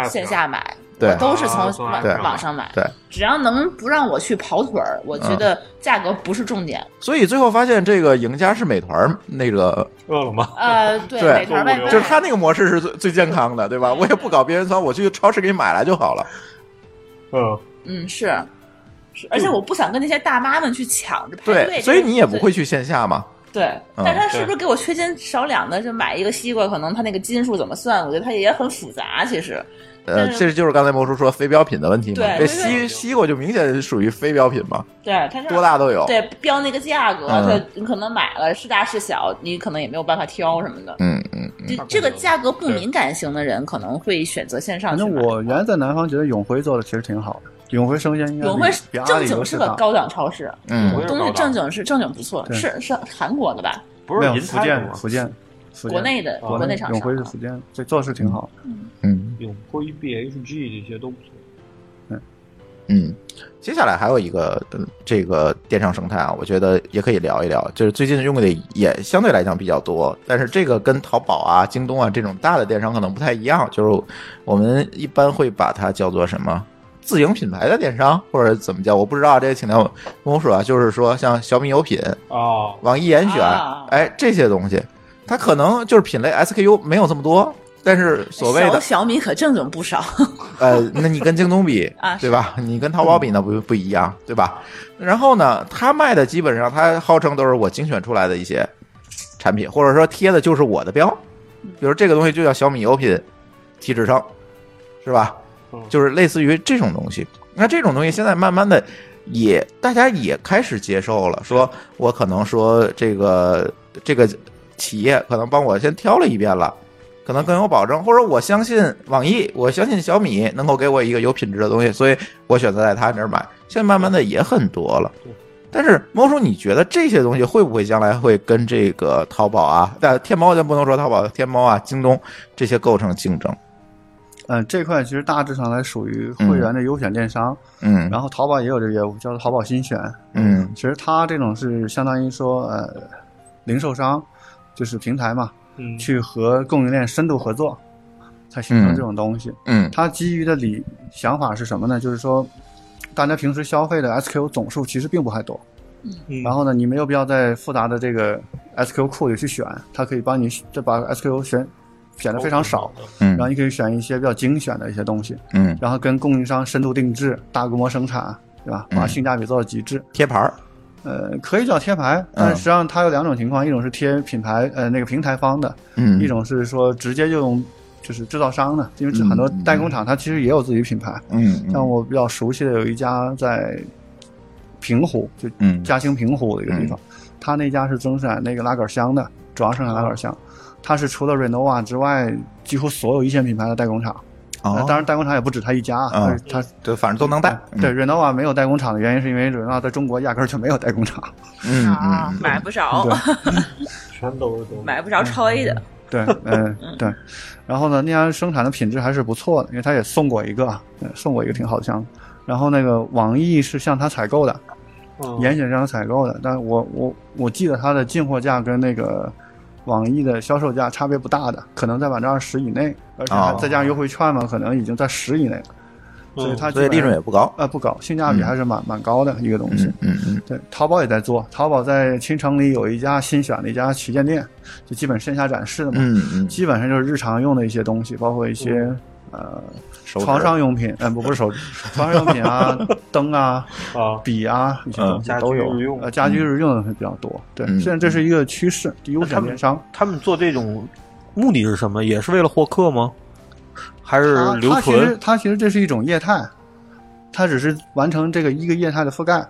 线下买，
对
我都是从
啊从
网
网
上
网上买。
对，嗯
只要能不让我去跑腿儿，我觉得价格不是重点。
所以最后发现这个赢家是美团儿那个
饿了么，
呃，对，
对
美团外卖
就是他那个模式是最最健康的，对吧？我也不搞边缘仓，我去超市给你买来就好了。
哎
嗯，
嗯是。是而且我不想跟那些大妈们去抢着排队这
对，
个，
所以你也不会去线下嘛。
对。
嗯
但是他是不是给我缺斤少两的，就买一个西瓜，可能他那个斤数怎么算？我觉得他也很复杂，其实。
呃，
但是
这就是刚才魔叔说非标品的问题嘛。
对
这
对
西西瓜就明显属于非标品嘛，
对，它是
多大都有。
对标那个价格，
嗯
它你可能买了是大是小，你可能也没有办法挑什么的。
嗯嗯嗯，
这
大概
这个
有
价格不
对
敏感型的人可能会选择线上
反
去
正
买。
我原来在南方觉得永辉做的其实挺好的，永辉生鲜应该
永辉
比比阿
正
里
经
都
是
是
个
大。
高档超市，
嗯
我也是
东西
高档
正经是正经不错，
对
是是韩国的吧？
不
没
是
有
银
福
泰的
建
吗？
福建福建
国内的
啊
国内厂
永
商
辉是
啊。
福建，这做事挺好。
嗯
永辉、BHG 这些都不错。
嗯。接下来还有一个、嗯、这个电商生态啊，我觉得也可以聊一聊，就是最近用的也相对来讲比较多，但是这个跟淘宝啊、京东啊这种大的电商可能不太一样，就是我们一般会把它叫做什么自营品牌的电商，或者怎么叫，我不知道，这个请到跟我说啊，就是说像小米有品，
哦，
网易严选，
啊
哎，这些东西，它可能就是品类 SKU 没有这么多，但是所谓
小
的
小米可正经不少，
呃，那你跟京东比
啊
对吧？你跟淘宝比那不不一样，对吧？然后呢，他卖的基本上他号称都是我精选出来的一些产品，或者说贴的就是我的标，比如这个东西就叫小米油品体脂秤，是吧？
嗯
就是类似于这种东西。那这种东西现在慢慢的也大家也开始接受了，说我可能说这个这个企业可能帮我先挑了一遍了。可能更有保证，或者我相信网易，我相信小米能够给我一个有品质的东西，所以我选择在他那儿买。现在慢慢的也很多了
对。
但是猫叔，你觉得这些东西会不会将来会跟这个淘宝啊？但天猫咱不能说淘宝、天猫啊、京东这些构成竞争。
嗯，这块其实大致上来属于会员的优选电商，
嗯
然后淘宝也有这个业务，叫做淘宝新选。
嗯
其实它这种是相当于说呃，零售商就是平台嘛，
嗯，
去和供应链深度合作，才形成这种东西。
嗯
它基于的理想法是什么呢？就是说，大家平时消费的 SKU 总数其实并不太多，
嗯
然后呢，你没有必要在复杂的这个 SKU 库里去选，它可以帮你再把 SKU 选选的非常少，
嗯
然后你可以选一些比较精选的一些东西，
嗯，
然后跟供应商深度定制、大规模生产，对吧？把
嗯
性价比做到极致。
贴牌儿。
呃，可以叫贴牌，但
嗯
是实际上它有两种情况，一种是贴品牌呃那个平台方的，
嗯，
一种是说直接就用就是制造商的，因为这很多
嗯嗯
代工厂它其实也有自己品牌，
嗯
像
嗯
我比较熟悉的有一家在平湖，就
嗯
嘉兴平湖的一个地方，它那家是生产那个拉杆箱的，主要生产拉杆箱。它是除了 Renova 之外，几乎所有一线品牌的代工厂，呃
哦，
当然代工厂也不止它一家，
嗯
它是它
对，反正都能带。
对 Renova 没有代工厂的原因，是因为 Renova 在中国压根儿就没有代工厂。
嗯
啊
嗯，嗯，
买不着，
对
全都是都
买不着超 A 的，
对，嗯、对。然后呢，那家生产的品质还是不错的，因为他也送过一个，呃送过一个挺好的箱子。然后那个网易是向他采购的，
哦
严选向他采购的，但是我我我记得它的进货价跟那个网易的销售价差别不大的，可能在百分之二十以内，而且还
哦
再加上优惠券嘛，可能已经在十以内了，所以它
所以利润也
也
不高。
呃不高，性价比还是蛮、蛮高的一个东西。
嗯嗯嗯
对，淘宝也在做，淘宝在青城里有一家新选的一家旗舰店，就基本线下展示的嘛。
嗯嗯，
基本上就是日常用的一些东西，包括一些、呃
手指
床上用品，嗯、不不是手指，床上用品啊、灯啊、
啊，
笔啊一些东西
家
都
居
有
日。用
呃，。家居日用的会比较多。对，
嗯
现在这是一个趋势，优选电商。
他们做这种目的是什么？也是为了获客吗？还是
它
留
它啊其实
存？
它其实这是一种业态，它只是完成这个一个业态的覆盖。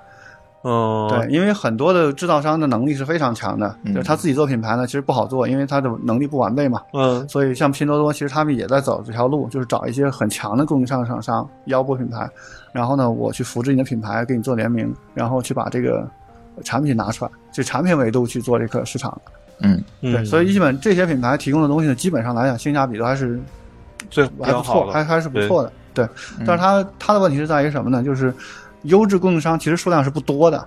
嗯，
对，，因为很多的制造商的能力是非常强的，
嗯
就是他自己做品牌呢，其实不好做，因为他的能力不完备嘛。
嗯，
所以像拼多多，其实他们也在走这条路，就是找一些很强的供应商厂商腰部品牌，然后呢，我去扶持你的品牌，给你做联名，然后去把这个产品拿出来，就产品维度去做这个市场。
嗯
嗯
对，所以基本这些品牌提供的东西呢，基本上来讲性价比都还是
最
还
较
不
好
错，
的
还还是不错的。对，
嗯
但是它它的问题是在于什么呢？就是优质供应商其实数量是不多的，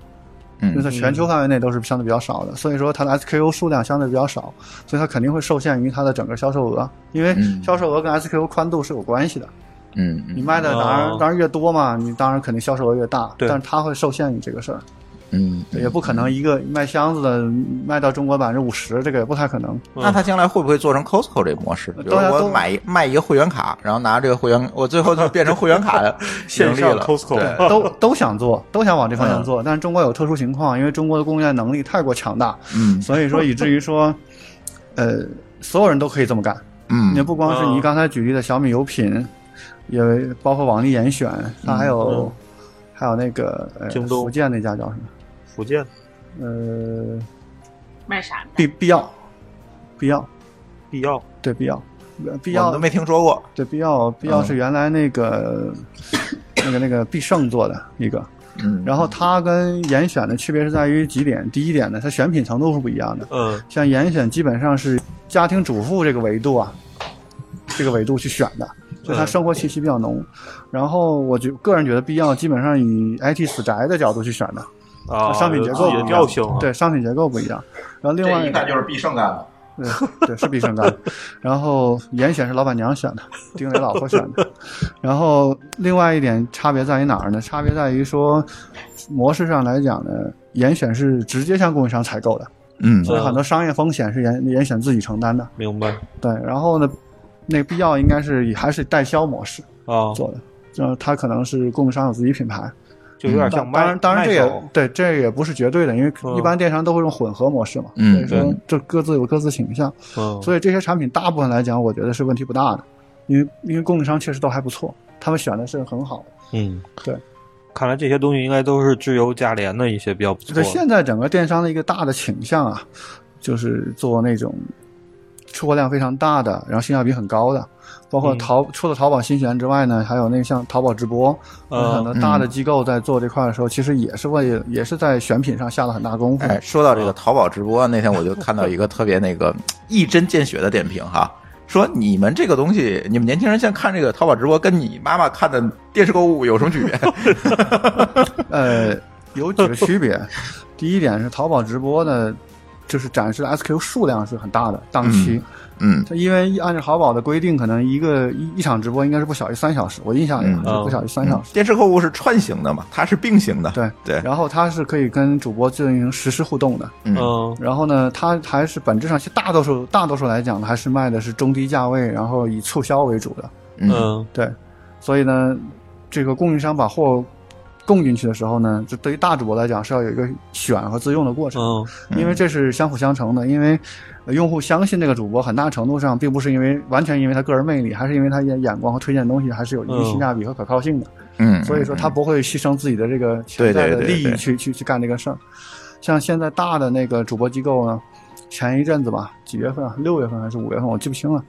因
嗯
为在全球范围内都是相对比较少的，所以说它的 SKU 数量相对比较少，所以它肯定会受限于它的整个销售额，因为
嗯
销售额跟 SKU 宽度是有关系的。
嗯
你
嗯
卖的当
哦
然当然越多嘛，你当然肯定销售额越大，
对
但是它会受限于这个事儿，
嗯，
也不可能一个卖箱子的卖到中国百分之五十，这个也不太可能。
那他将来会不会做成 Costco 这模式？比如
当然
我
嗯都
买一卖一个会员卡，然后拿这个会员，我最后就变成会员 卡的
线
盈利
上
了。
Costco
对，
都都想做，都想往这方向
嗯
做，但是中国有特殊情况，因为中国的供应链能力太过强大，
嗯
所以说以至于说，呃，所有人都可以这么干。
嗯
也不光是
嗯
你刚才举例的小米油品，也包括网易严选，它还有、还有那个、呃、
嗯京东
福建那家叫什么？
福建
呃，
卖啥的？
必必要，必要，
必要
对必要，呃必
嗯我
要
都没听说过。
对必要必
嗯
要是原来那个、那个那个必胜做的一个，
嗯，
然后它跟严选的区别是在于几点？第一点呢，它选品程度是不一样的。
嗯
像严选基本上是家庭主妇这个维度啊，这个维度去选的，所以
嗯
它生活气息比较浓。然后我觉个人觉得必要，基本上以 IT 死宅的角度去选的，
啊，
商品结
有
构
自己
不
的
一
调
样
性啊，
对商品结构不一样。然后另外
就是必胜干的。
对对，是必胜干。然后严选是老板娘选的，丁磊老婆选的。然后另外一点差别在于哪儿呢？差别在于说模式上来讲呢，严选是直接向供应商采购的，
嗯
所以很多商业风险是严严选自己承担的。
明白
对，然后呢，那个必要应该是以还是代销模式
啊，
做的。就是它可能是供应商有自己品牌，
就有点
嗯
像
当
卖
当然，当然这
卖
也
手
对，这也不是绝对的，因为
嗯
一般电商都会用混合模式嘛，
嗯
所以说
对
这各自有各自倾向。
嗯，
所以这些产品大部分来讲，我觉得是问题不大的，因为因为供应商确实都还不错，他们选的是很好的。
嗯，
对。
看来这些东西应该都是质优价廉的一些比较不错
就
的。
现在整个电商的一个大的倾向啊，就是做那种出货量非常大的，然后性价比很高的，包括
嗯
淘、除了淘宝新选之外呢，还有那个像淘宝直播，
嗯
很多大的机构在做这块的时候，其实也是为也是在选品上下了很大功夫。
哎，说到这个淘宝直播，那天我就看到一个特别那个一针见血的点评哈，说你们这个东西，你们年轻人现在看这个淘宝直播，跟你妈妈看的电视购物有什么区别？
呃，有几个区别。第一点是淘宝直播呢，就是展示的 SKU 数量是很大的，档期。
嗯
它因为按照淘宝的规定，可能一个一一场直播应该是不小于三小时，我印象里
嗯
是不小于三小时。
电视购物是串行的嘛，它是并行的。
对
对，
然后它是可以跟主播进行实时互动的。
嗯
嗯
然后呢，它还是本质上，其实大多数大多数来讲，还是卖的是中低价位，然后以促销为主的。
嗯
对，所以呢，这个供应商把货供进去的时候呢，这对于大主播来讲是要有一个选和自用的过程。
嗯
因为这是相辅相成的，因为呃用户相信这个主播，很大程度上并不是因为完全因为他个人魅力，还是因为他眼眼光和推荐的东西还是有一定
嗯
性价比和可靠性的，
嗯，
所以说他不会牺牲自己的这个潜在的
对对对
利益
对
去去去干这个事儿。像现在大的那个主播机构呢，前一阵子吧，几月份啊？六月份还是五月份？我记不清了。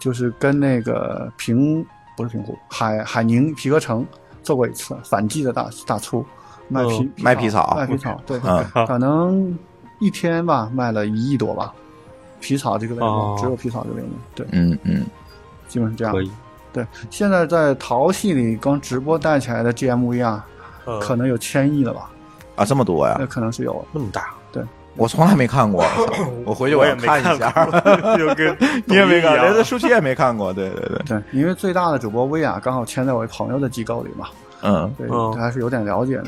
就是跟那个平不是平湖，海海宁皮革城做过一次反季的大大促，卖皮、
嗯
卖皮草
卖皮草，对，
嗯
可能一天吧卖了一亿多吧，皮草这个类目、
哦
只有皮草这个类目，对，
嗯嗯
基本是这样
可。以，
对，现在在淘系里光直播带起来的 GMV 啊，
嗯
可能有千亿了吧，
啊，这么多呀
那、！可能是有了。
那么大，
我从来没看过，我操我回去我
也
要
没
看一下。
过，就跟
你也没看，连
抖音一样
这舒淇也没看过。对对对，
对，因为最大的主播薇娅刚好签在我朋友的机构里嘛，
嗯
对，
嗯
还是有点了解的。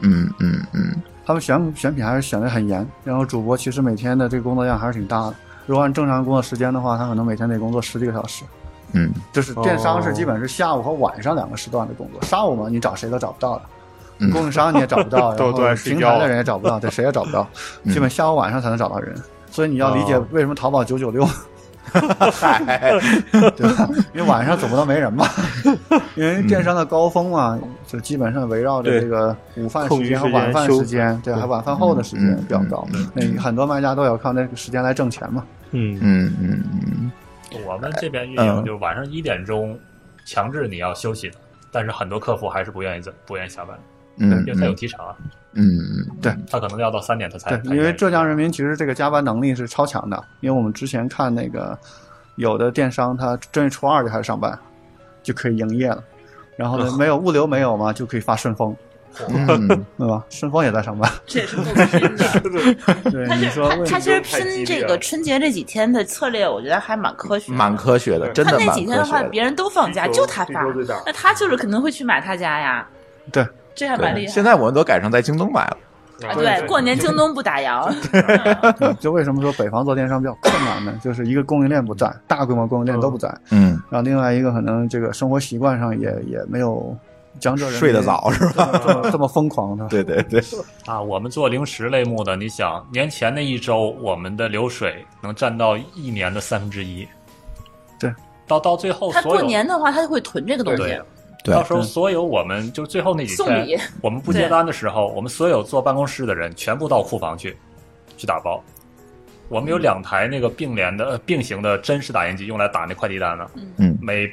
嗯嗯嗯
他们选选品还是选的很严，然后主播其实每天的这个工作量还是挺大的。如果按正常工作时间的话，他可能每天得工作十几个小时。
嗯，
就是电商是
哦
基本是下午和晚上两个时段的工作，上午嘛你找谁都找不到的
嗯，
供应商你也找不 到，
都
然
都在
后
睡
平
觉嗯
台的人也找不到，对谁也找不到，基本下午晚上才能找到人。所以你要理解
哦
为什么淘宝九 九六，
嗨，
对吧？因为晚上总不能没人吧？因为电商的高峰嘛，就基本上围绕着
嗯对
这个午饭
空
时
余
间和
时间
晚饭
休嗯
时间，对，还有晚饭后的时间比较高。那很多卖家都要靠那个时间来挣钱嘛。
嗯
嗯嗯嗯，
我们这边运
嗯
营就是晚上一点钟强制你要休息的，但是很多客户还是不愿意走，不愿意下班，
嗯
因为他有提成啊，
嗯
他可能要到三点他才。才
对，因
愿
为
意
浙江人民其实这个加班能力是超强的，因为我们之前看那个有的电商，他正月初二就开始上班，就可以营业了。然后
哦
呢，没有物流没有嘛，就可以发顺丰，
嗯
对吧？顺丰也在上 班。
这也是够 拼的。
对，你说
他
为什么
他其实拼这个春节这几天的策略，我觉得还蛮科学的。
蛮科学的，真
他
的
那
蛮
几天
科
的话
学，的。
别人都放假，就他发，
最大
那他就是可能会去买他家呀。
对，
这还蛮厉
对，
害。
现在我们都改成在京东买了。
啊对，过年京东不打 烊。
对就为什么说北方做电商比较困难呢？就是一个供应链不在，大规模供应链都不在，
嗯，
然后另外一个可能这个生活习惯上也也没有江浙人民
睡得早是吧？
这么这么疯狂的。
对对对，
啊，我们做零食类目的，你想年前那一周，我们的流水能占到一年的三分之一。
对，
到到最后
他
所
过
有
年的话，他就会囤这个东西
对，
对
到时候所有我们就最后那几
送
天
礼，
我们不接单的时候，我们所有坐办公室的人全部到库房去去打包。我们有两台那个并联的、呃并行的真实打印机，用来打那快递单的。
嗯
嗯
每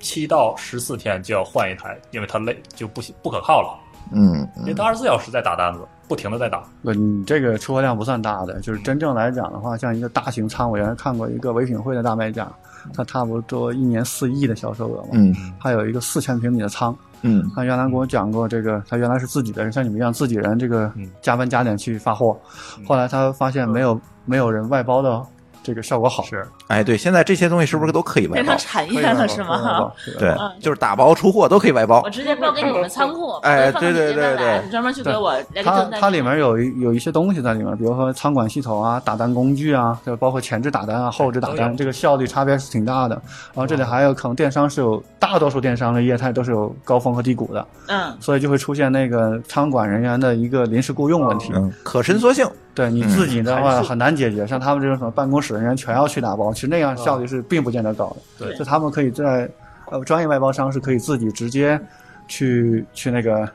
七到十四天就要换一台，因为它累就不行不可靠了，
嗯
因为
嗯
它二十四小时在打单子，不停的在打。
不，呃你这个出货量不算大的，
嗯
就是真正来讲的话，像一个大型仓，我原来看过一个唯品会的大卖家，他差不多一年四亿的销售额嘛，
嗯
他有一个四千平米的仓，
嗯
他原来跟我讲过，这个他原来是自己的人，像你们一样自己人，这个
嗯
加班加点去发货，后来他发现没有没有人外包的这个效果好，
是，
哎，对，现在这些东西是不是都可以外
变
包
成？产
可
业
以外包
了是
可以外
吗
啊
包？ 是的
对
嗯，
就是打包出货都可以外包
我。直接包给你们仓库，
哎
我放到
对对
你这边
对
来
对
你专门去给
对
我来个
它
订单
它里面有一有一些东西在里面，比如说仓管系统啊、打单工具啊，就包括前置打单啊、后置打
都
单，
有
这个效率差别是挺大的。然后这里还有可能电商是有大多数电商的业态都是有高峰和低谷的，
嗯，
所以就会出现那个仓管人员的一个临时雇佣问题。
嗯，可伸缩性。
对你自己的话
还是
很难解决，像他们这种什么办公室人员全要去打包，其实那样效率是并不见得高的。
对
就他们可以在呃专业外包商是可以自己直接去去那个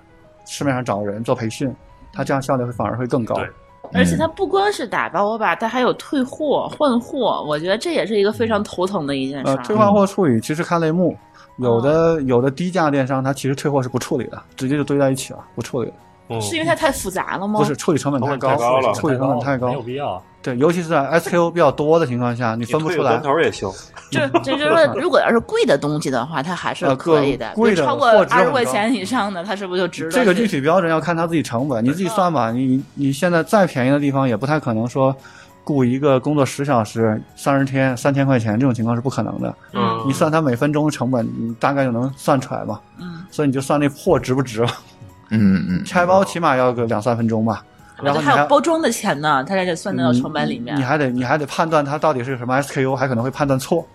市面上找人做培训，他这样效率会反而会更高。
对
而
嗯
且它不光是打包吧，它还有退货、换货，我觉得这也是一个非常头疼的一件
啊
事
呃，
儿。
退换货处理其实看类目，有的有的低价电商它其实退货是不处理的，直接就堆在一起了，不处理了，
嗯，
是因为它太复杂了吗？
不是，处理成本
成
太
本太高了
处理成本太
没
高
有。必要。
对，尤其是在 SKU 比较多的情况下，你
你
分不
退
出
个
来
跟。头也行，
就
嗯
这就是说，如果要是贵的东西的话，它还是
呃
可以的，
贵贵
比如
的
超过
货值
二十
很
块
高
钱以上的，它是不是就值得去？嗯
这个具体标准要看他自己成本，你自己算吧。你你现在再便宜的地方也不太可能说雇一个工作十小时、三十天、三千块钱这种情况是不可能的。
嗯
你算他每分钟的成本，你大概就能算出来嘛。
嗯，
所以你就算那货值不值吧。
嗯嗯
拆包起码要个两三分钟吧，然后你
这还有
还嗯
包装的钱呢，它这得算到成本里面
你还得你还得判断它到底是什么 SKU，还可能会判断错。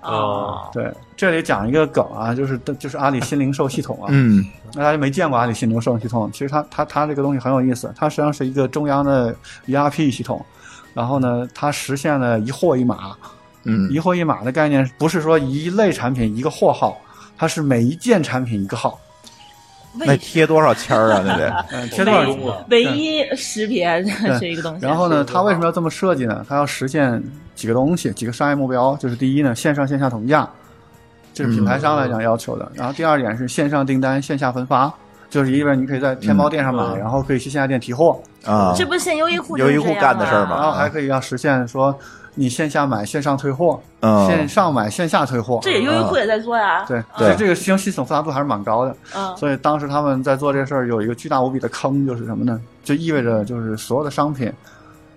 哦。
对，这里讲一个梗啊，就是就是阿里新零售系统啊，
嗯
那大家没见过阿里新零售系统，其实它它它这个东西很有意思，它实际上是一个中央的 ERP 系统。然后呢，它实现了一货一码。
嗯
一货一码的概念不是说一类产品一个货号，它是每一件产品一个号。
那
为
贴多少签儿啊？那得，
嗯，贴多少
没用过
唯一识别的这一个东西。
然后呢，它为什么要这么设计呢？它要实现几个东西，几个商业目标，就是第一呢，线上线下同价，这是品牌商来讲要求的。然后第二点是线上订单线下分发，就是意味着你可以在天猫店上买，
嗯
然后可以去线下店提货，
啊，
这不是现优衣库
优衣库
就是这样啊
干的事儿嘛
然后还可以要实现说你线下买线上退货，
嗯
线上买线下退货。
这也优衣库也在做呀。
对，
对
所以这个系系统复杂度还是蛮高的。
嗯，
所以当时他们在做这事儿有一个巨大无比的坑，就是什么呢？就意味着就是所有的商品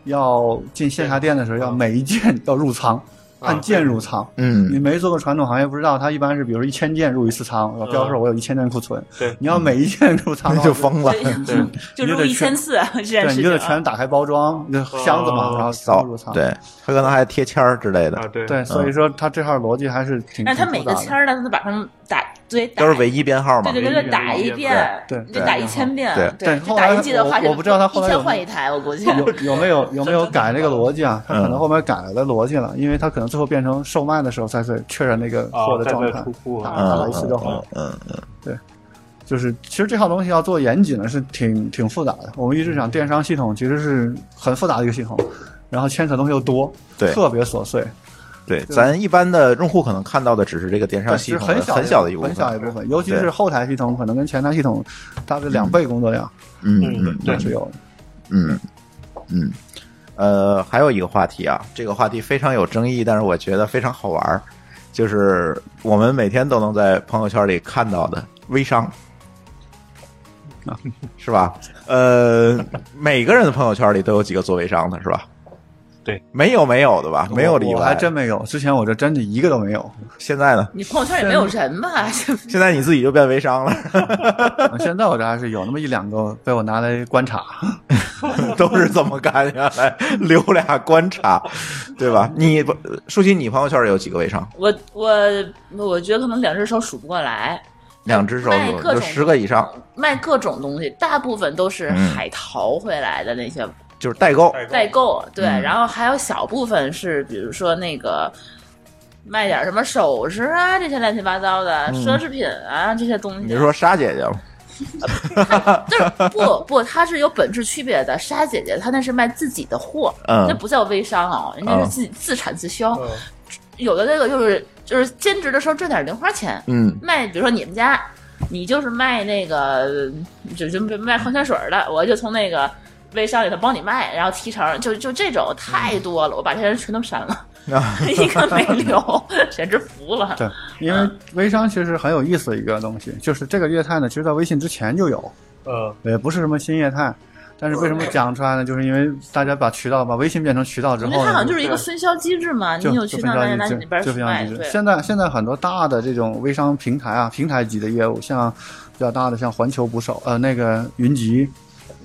要进线下店的时候，要每一件要入仓，按件入仓。你
嗯
没做过传统行业不知道，它一般是比如一千件入一次仓，我
嗯
标示我有一千件库存。
对
你要每一件入仓的
那
话
就疯了，
对，
就
你就
入
得
一嗯千
全
次啊这件
对，
事
你
情。
就得全打开包装，就箱子嘛，
哦
然后
扫
全部入仓。
对，他可能还贴签儿之类
啊
的，
对
对，
嗯
所以说它这套逻辑还是挺。
但是它
挺
每
复
个
杂的
签儿呢，它都把它们打，对，打
都是唯一编号嘛
对。对
唯一
对，
的
就打一
一
遍
遍，
对
你
对嗯
打一千遍，
对
对
就
后
打
来
印机的话
我
就，
我不知道它后来
一
有
天换一台，我估计。
有有没有有没有改这个逻辑啊？他可
嗯
能后面改了逻辑了，因为他可能最后变成售卖的时候才是确认那个
哦
货的状态
出，库
啊
嗯
看来是个好。
嗯
就是其实这套东西要做严谨的是挺挺复杂的。我们一直讲电商系统其实是很复杂的一个系统，然后牵扯东西又多，
对
特别琐碎，
对，咱一般的用户可能看到的只是这个电商
但
系
是
统的
很
很
小
小的一部
很
分，
小一部分，尤其
对
是后台系统可能跟前台系统大概两倍工作量，
嗯
嗯
嗯
对
是有的。
嗯嗯，呃，还有一个话题啊，这个话题非常有争议，但是我觉得非常好玩儿，就是我们每天都能在朋友圈里看到的微商
啊，
是吧？呃，每个人的朋友圈里都有几个做微商的，是吧？
对，
没有没有的吧，没有
我
例
我还
外。
真没有。之前我这真的一个都没有，
现在呢？
你朋友圈也没有人吧？
嗯
现在你自己就变微商了，
现在我这还是有那么一两个被我拿来观察。
都是这么干下来，留俩观察，对吧？你不，舒淇，你朋友圈里有几个微商？
我我我觉得可能两只手数不过来，
两只手
卖各
就
种
十个以上。
卖各种东西，大部分都是
嗯
海淘回来的那些
就是代购，
代购，对，
嗯
然后还有小部分是比如说那个。卖点什么首饰啊，这些乱七八糟的
嗯
奢侈品啊，这些东西。
你是说沙姐姐吗？
就是不不，它是有本质区别的。莎姐姐她那是卖自己的货，
嗯
那不叫微商啊、人
嗯
家是自己、自产自销。
嗯
有的这个就是就是兼职的时候赚点零花钱，
嗯
卖比如说你们家，你就是卖那个就就卖矿泉水的，我就从那个微商里头帮你卖，然后提成，就就这种
嗯
太多了，我把这些人全都删了，
啊
一个 没留，简直服了。
对，因
嗯
为微商其实很有意思的一个东西，就是这个业态呢，其实在微信之前就有，
呃，
也不是什么新业态。但是为什么讲出来呢？就是因为大家把渠道把微信变成渠道之
因
后
为
呢，
它好像就是一个分销机制嘛，你
就
有
就
渠
非
道，大家
常
拿
机
你
制，
那边
就
去
非常
卖，
机制。
对。
现在现在很多大的这种微商平台啊，平台级的业务，像比较大的像环球捕手，呃，那个云集、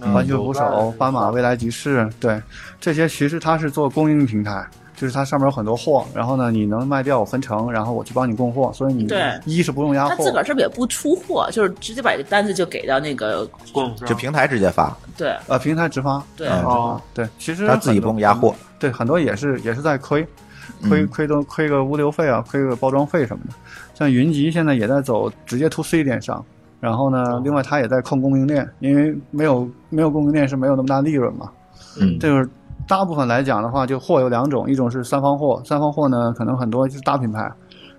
嗯
环球捕手、斑马、未来集市，对，这些其实它是做供应平台。就是它上面有很多货，然后呢，你能卖掉我分成，然后我去帮你供货，所以你
对
一是不用压
他
货，
自个儿是不是也不出货，就是直接把这个单子就给到那个
就平台直接发，
对
呃平台直发，
对、
嗯
哦，
对，其实
他自己
很
不
多嗯
用压货。
对，很多也是也是在亏，亏
嗯
亏都亏个物流费啊，亏个包装费什么的。像云集现在也在走直接 to C 电商，然后
哦
呢，另外它也在控供应链，因为没有没有供应链是没有那么大利润嘛。
嗯
这就是大部分来讲的话，就货有两种，一种是三方货，三方货呢可能很多就是大品牌，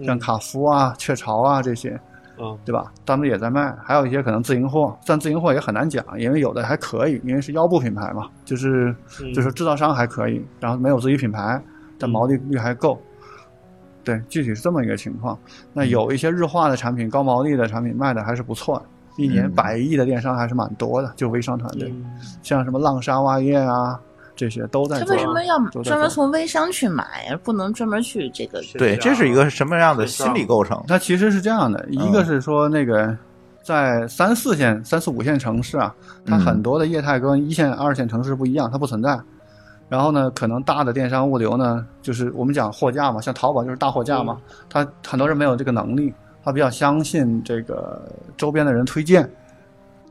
像卡夫啊、雀巢啊这些，
嗯
对吧？他们也在卖，还有一些可能自营货，但自营货也很难讲，因为有的还可以，因为是腰部品牌嘛，就是
嗯
就是制造商还可以，然后没有自己品牌，但毛
嗯
利率还够。对，具体是这么一个情况。那有
嗯
一些日化的产品、高毛利的产品卖的还是不错的，一年
嗯
百亿的电商还是蛮多的，就微商团队，
嗯
像什么浪莎袜业啊这些都在
他
做
为。什么要
都在
专门
做
从微商去买呀？不能专门去这个？
对，这是一个什么样的
是这
心
样
理构成？
它其实是这样
嗯
的，一个是说那个在三四线、三四五线城市啊，它
嗯
很多的业态跟一线、二线城市不一样，它不存在。然后呢，可能大的电商物流呢，就是我们讲货架嘛，像淘宝就是大货架嘛，
嗯
它很多人没有这个能力，他比较相信这个周边的人推荐。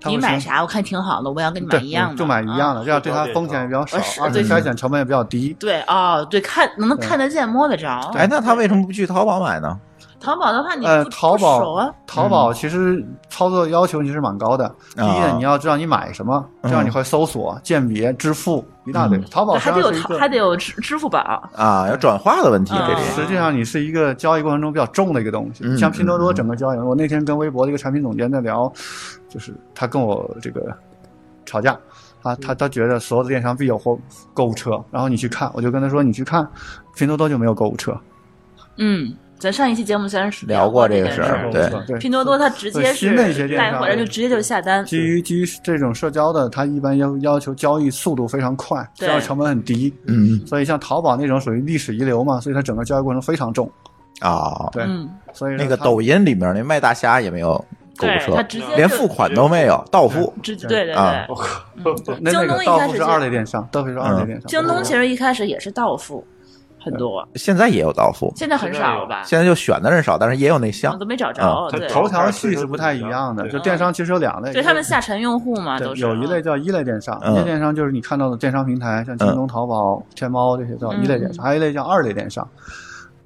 他会
你买
说？
啥？我看挺好的，我要跟你买
对，
一样的，
就买一样
啊
的，这样对它
是
风险也比较少
呃，是
而且
对
筛选成本也比较低。
对哦，对，看能看得见、摸得着。
哎，那他为什么不去淘宝买呢？
淘宝的话，你
呃
不
淘
不熟
宝
啊，
淘宝其实操作要求其实蛮高的。
啊
第一呢，你要知道你买什么，这样你会搜索、鉴别、支付一大堆
嗯。
淘宝
对
实
还
际上
得
是
有
一
淘，
个
还得有支支付宝。
啊，有转化的问题，这里
嗯
实际上你是一个交易过程中比较重的一个东西。
嗯
像拼多多整个交易，我那天跟微博的一个产品总监在聊，就是他跟我这个吵架。他他他觉得所有的电商必有货购物车，然后你去看，我就跟他说你去看，拼多多就没有购物车，
嗯，咱上一期节目虽然是
聊过这个
件
事儿
儿，
对
对
拼多多它直接
对
是
新的一些电
带
商
货，人就直接就下单。
基于基于这种社交的，它一般要要求交易速度非常快，
对
交易成本很低，
嗯
所以像淘宝那种属于历史遗留嘛，所以它整个交易过程非常重。
啊，
对，
嗯，
所以说
那个
它
抖音里面那卖大虾也没有购物
对，它
车，
直接
连
就
付款都没有，到付。
直对对对。
啊
嗯
那那
京东
个
一
到
开
付
始
是
就
二类电商，到付是二类
嗯
电商。
京东其实一开始也是到付，很多，
现在也有到付，
现在很少了吧？
现在就选的人少，但是也有那
我
项
都没找着
啊。
对，
头条系是不太一样的，
对
就电商其实有两类，
对他们下沉用户嘛，
对
都是啊
有一类叫一类电商，
嗯
一类电商就是你看到的电商平台，像京东、淘宝、天猫这些叫一类
嗯
电商，还有一类叫二类电商。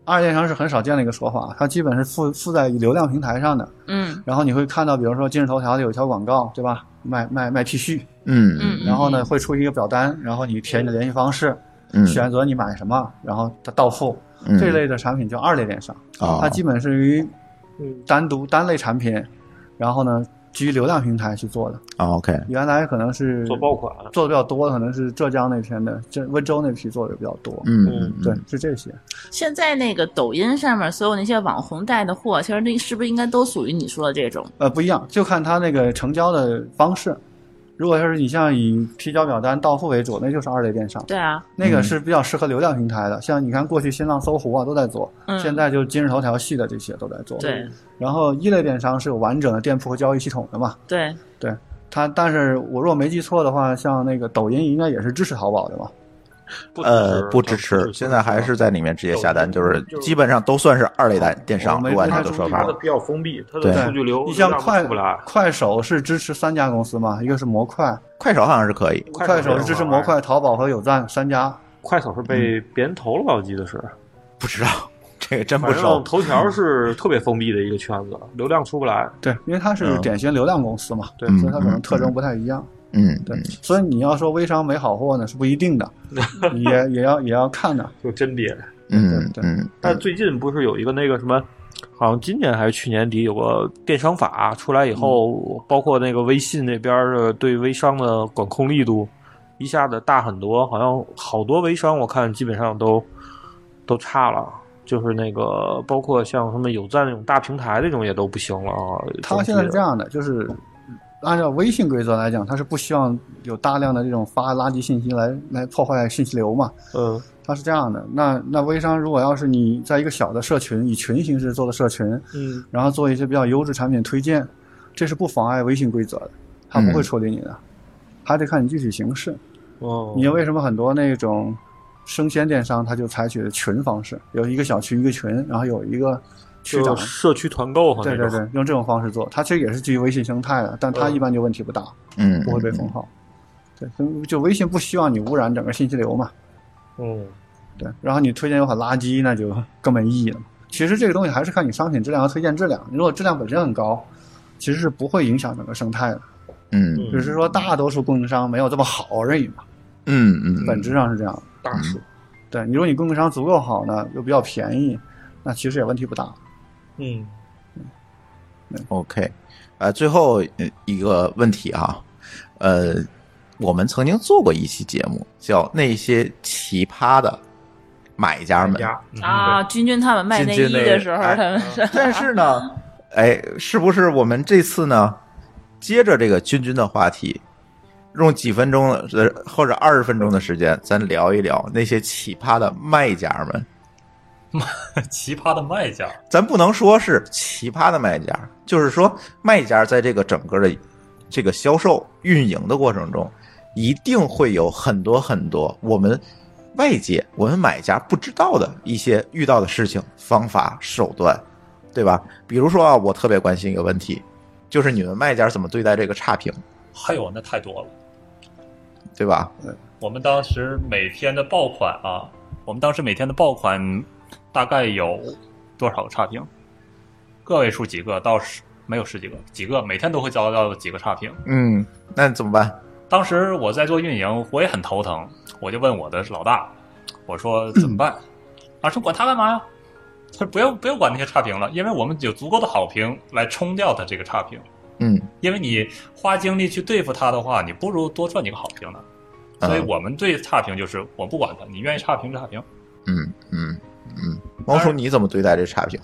二类电商是很少见的一个说法，它基本是附附在流量平台上的，
嗯
然后你会看到，比如说今日头条里有一条广告，对吧？卖卖卖 T 恤，
嗯
嗯，
然后呢会出一个表单，然后你填你的联系方式，
嗯
选择你买什么，然后它到付，
嗯
这类的产品叫二类电商，
啊
它基本是于
嗯
单独单类产品，然后呢基于流量平台去做的。
啊 OK，
原来可能是
啊做爆款，
做的比较多，可能是浙江那片的，这温州那批做的比较多。
嗯
嗯
对，是这些。
现在那个抖音上面所有那些网红带的货，其实那是不是应该都属于你说的这种？
呃，不一样，就看它那个成交的方式。如果要是你像以提交表单到付为主，那就是二类电商，
对啊，
那
嗯
个是比较适合流量平台的。像你看过去新浪、搜狐啊都在做，
嗯
现在就今日头条系的这些都在做。
对
嗯
然后一类电商是有完整的店铺和交易系统的嘛，
对，
它但是我若没记错的话，像那个抖音应该也是支持淘宝的吧？
不
呃，不
支
支持，现在还是在里面直接下单，就是基本上都算是二类单电商，
我没
不管
太
哪个
注
说
意
法
它的。比较封闭，它
对
的数据流
你像
量
快
出不来。
快手是支持三家公司嘛，一个是模块，
快手好像是可以，
快手是支持模块、淘宝和有赞三家。
快手是被别人投了吧？我记得是，
不知道，这个真嗯不
反正
熟。
头条是特别封闭的一个圈子，流量出不来。
对，因为它是
嗯
典型流量公司嘛，
对
所以它可能特征不太一样。
嗯，
对，所以你要说微商没好货呢，是不一定 的，也也要也要 看的。
就甄别。
嗯
对
嗯
但最近不是有一个那个什么，好像今年还是去年底有个电商法出来以
嗯
后，包括那个微信那边儿的对微商的管控力度一下子大很多，好像好多微商我看基本上都都差了。就是那个，包括像什么有赞那种大平台那种也都不行了啊。
它现在是这
样，
样的，就是按照微信规则来讲，它是不希望有大量的这种发垃圾信息来来破坏信息流嘛。
嗯
它是这样的，那那微商如果要是你在一个小的社群，以群形式做的社群，
嗯，
然后做一些比较优质产品推荐，这是不妨碍微信规则的，它不会
嗯
处理你的，还得看你具体形式。
哦，
你为什么很多那种生鲜电商，它就采取群方式，有一个小区一个群，然后有一个区
就
长，
社区团购哈，
对对对，用这种方式做，它其实也是基于微信生态的，但它一般就问题不大，
嗯，
不会被封号。对，所以就微信不希望你污染整个信息流嘛，
嗯，
对，然后你推荐又很垃圾，那就更没意义了。其实这个东西还是看你商品质量和推荐质量，如果质量本身很高，其实是不会影响整个生态的，
嗯
嗯
只是说大多数供应商没有这么好而已嘛，
嗯嗯，
本质上是这样的。
大数，
对，你如果你供应商足够好呢，又比较便宜，那其实也问题不大。
嗯
OK，呃，最后呃一个问题哈，呃，我们曾经做过一期节目，叫《那些奇葩的买家们》，
家
啊，君君他们卖内衣的时候，
君君那
哎
他
嗯
们是
但是呢，哎，是不是我们这次呢，接着这个君君的话题，用几分钟的或者二十分钟的时间，咱聊一聊那些奇葩的卖家们。
奇葩的卖家，
咱不能说是奇葩的卖家，就是说卖家在这个整个的这个销售运营的过程中，一定会有很多很多我们外界、我们买家不知道的一些遇到的事情、方法、手段，对吧？比如说啊，我特别关心一个问题，就是你们卖家怎么对待这个差评，
还有那太多了。
对吧？
我们当时每天的爆款啊，我们当时每天的爆款大概有多少个差评？个位数几个到十，没有十几个，几个每天都会遭到几个差评。
嗯，那怎么办？
当时我在做运营，我也很头疼，我就问我的老大，我说怎么办？啊，说管他干嘛呀？他说不用不用管那些差评了，因为我们有足够的好评来冲掉他这个差评。
嗯
因为你花精力去对付他的话，你不如多赚几个好评呢。所以
嗯
我们对差评就是我不管他，你愿意差评就差评。
嗯嗯嗯，猫叔你怎么对待这差评？